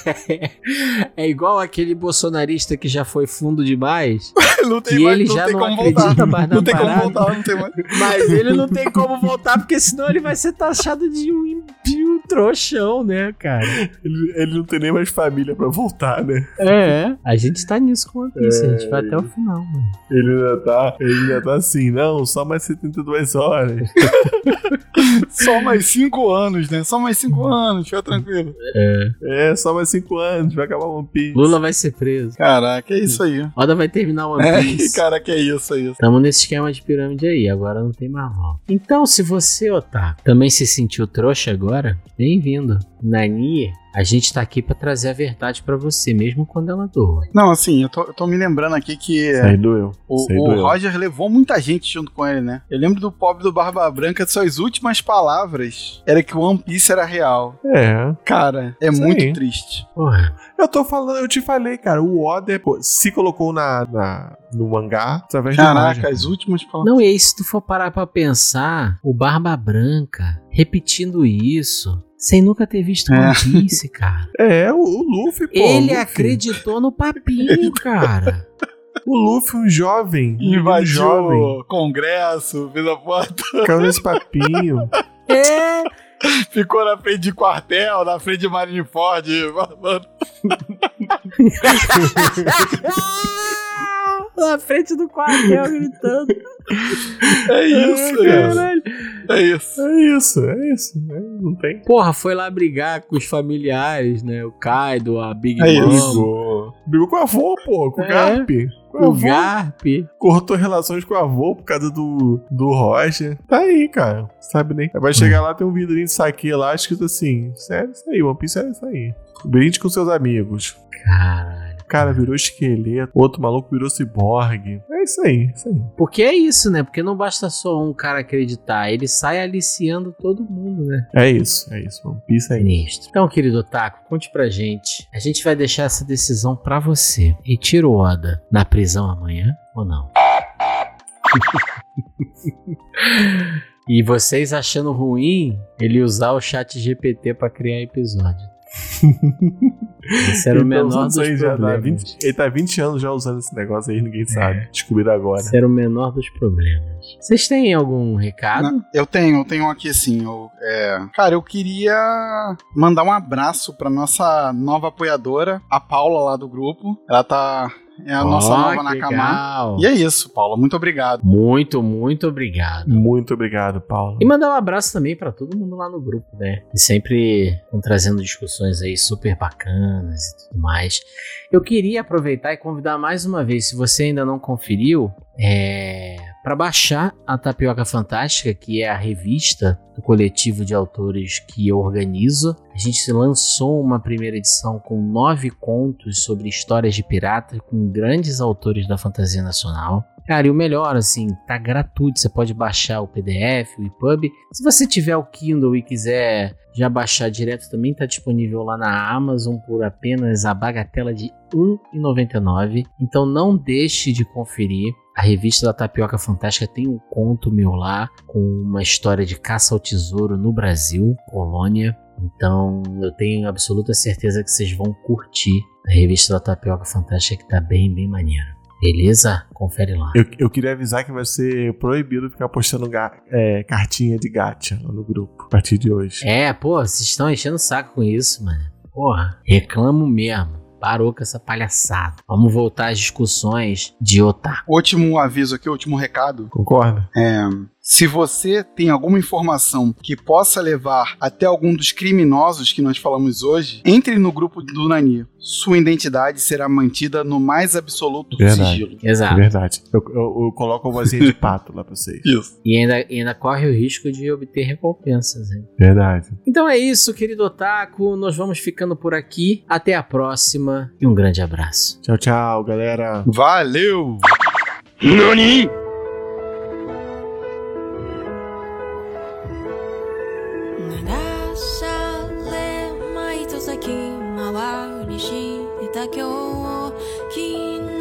E: é igual aquele bolsonarista que já foi fundo demais.
G: não
E: tem que
F: mais-
E: ele
F: não
E: já
F: tem
E: não
F: como
E: acredita
F: voltar.
E: mais na
F: Não tem como
E: parada.
G: tá?
F: voltar, não tem mais.
E: Mas ele não tem como voltar, porque senão ele vai ser taxado de um, de um trouxão, né, cara?
F: Ele, ele não tem nem mais família pra voltar, né?
E: É, a gente tá nisso com o One Piece, a gente vai até o
F: ele-
E: final, mano.
F: Ele ainda tá, ele ainda tá assim, não, só mais 72 horas.
G: Só mais cinco anos, né? Só mais cinco anos, fica tranquilo.
F: É. É, só mais 5 anos, vai acabar o One Piece.
E: Lula vai ser preso.
G: Caraca, é isso aí.
E: Oda vai terminar o One
G: É,
E: Piece.
G: cara, que é isso, é isso.
E: Estamos nesse esquema de pirâmide aí, agora não tem mais volta. Então, se você, Otaku, também se sentiu trouxa agora, bem-vindo. Nani, a gente tá aqui pra trazer a verdade pra você, mesmo quando ela doa.
G: Não, assim, eu tô, eu tô me lembrando aqui que é,
F: Aí doeu.
G: o,
F: Sei
G: o
F: doeu.
G: Roger levou muita gente junto com ele, né? Eu lembro do pobre do Barba Branca, suas últimas palavras era que o One Piece era real.
F: É.
G: Cara, é
F: Isso
G: muito
F: aí.
G: triste.
E: Porra.
F: Eu tô falando, eu te falei, cara, o Oda pô, se colocou na, na- no mangá através do
G: Caraca,
F: Roger.
G: as últimas palavras.
E: Não, e aí, se tu for parar pra pensar, o Barba Branca repetindo isso, sem nunca ter visto
G: É.
E: One Piece, cara.
F: É, o, o Luffy, pô.
E: Ele
F: o Luffy.
E: acreditou no papinho, cara.
F: O Luffy, um jovem. um
G: Invadiu
F: jovem.
G: o congresso, fez a foto,
F: Caiu nesse papinho.
E: É,
G: ficou na frente de quartel, na frente de Marineford, falando.
E: na frente do quartel gritando.
G: É isso,
F: É,
G: é,
E: Caralho.
G: isso. é isso.
F: É isso, é isso. né? Não tem.
E: Porra, foi lá brigar com os familiares, né? O Kaido, a Big
G: É
E: Mom,
F: Brigou. Brigou com a avô, pô, com o
E: É.
F: Garp. Com a
E: o
F: avó.
E: Garp.
F: Cortou relações com o avô por causa do, do Roger. Tá aí, cara. Sabe nem. Vai
E: Hum.
F: chegar lá, tem um vidrinho de saque lá, escrito assim: Sério, isso aí, One Piece é isso aí. Brinde com seus amigos.
E: Caralho.
F: O cara virou esqueleto, outro maluco virou ciborgue. É isso aí, isso aí.
E: Porque é isso, né? Porque não basta só um cara acreditar, ele sai aliciando todo mundo, né?
F: É isso, é isso. One Piece é isso.
E: Sinistro. Então, querido Otaku, conte pra gente. A gente vai deixar essa decisão pra você. Retira o Oda na prisão amanhã ou não? e vocês achando ruim ele usar o chat GPT pra criar episódio. Esse era o
F: Ele tá
E: menor
F: usando
E: dos
F: isso aí já dá
E: problemas. É.
F: 20 ele tá 20 anos já usando esse negócio aí, ninguém sabe. Descobriram agora.
E: Esse é era o menor dos problemas. Vocês têm algum recado?
G: Não, eu tenho, eu tenho um aqui assim. Eu, é, Cara, eu queria mandar um abraço pra nossa nova apoiadora, a Paula lá do grupo. Ela tá. É a nossa
E: Ó,
G: nova
E: que
G: Nakamá.
E: legal.
G: E é isso, Paula. Muito obrigado.
E: Muito, muito obrigado.
F: Muito obrigado, Paulo.
E: E mandar um abraço também pra todo mundo lá no grupo, né? E sempre estão trazendo discussões aí super bacanas e tudo mais. Eu queria aproveitar e convidar mais uma vez, se você ainda não conferiu, é, para baixar a Tapioca Fantástica, que é a revista do coletivo de autores que eu organizo. A gente lançou uma primeira edição com nove contos sobre histórias de pirata com grandes autores da fantasia nacional. Cara, e o melhor, assim, tá gratuito. Você pode baixar o PDF, o EPUB. Se você tiver o Kindle e quiser já baixar direto, também tá disponível lá na Amazon por apenas a bagatela de um R$ 1,99. Então não deixe de conferir. A revista da Tapioca Fantástica tem um conto meu lá com uma história de caça ao tesouro no Brasil, Colônia. Então eu tenho absoluta certeza que vocês vão curtir a revista da Tapioca Fantástica que tá bem, bem maneira. Beleza? Confere lá.
F: Eu, eu queria avisar que vai ser proibido ficar postando ga- é, cartinha de gacha lá no grupo a partir de hoje.
E: É, pô, vocês estão enchendo o saco com isso, mano. Porra, reclamo mesmo. Parou com essa palhaçada. Vamos voltar às discussões de otaku.
G: Último aviso aqui, último recado.
F: Concorda?
G: Se você tem alguma informação que possa levar até algum dos criminosos que nós falamos hoje, entre no grupo do Nani. Sua identidade será mantida no mais absoluto
F: Verdade.
G: sigilo.
F: É
E: Exato.
F: verdade. Eu, eu- eu coloco a vozinha de pato lá pra vocês.
G: Isso.
E: E ainda, e ainda corre o risco de obter recompensas, hein?
F: Verdade.
E: Então é isso, querido otaku. Nós vamos ficando por aqui. Até a próxima e um grande abraço.
F: Tchau, tchau, galera.
G: Valeu!
L: 「らっしゃれまいと先回りしてた今日」「昨日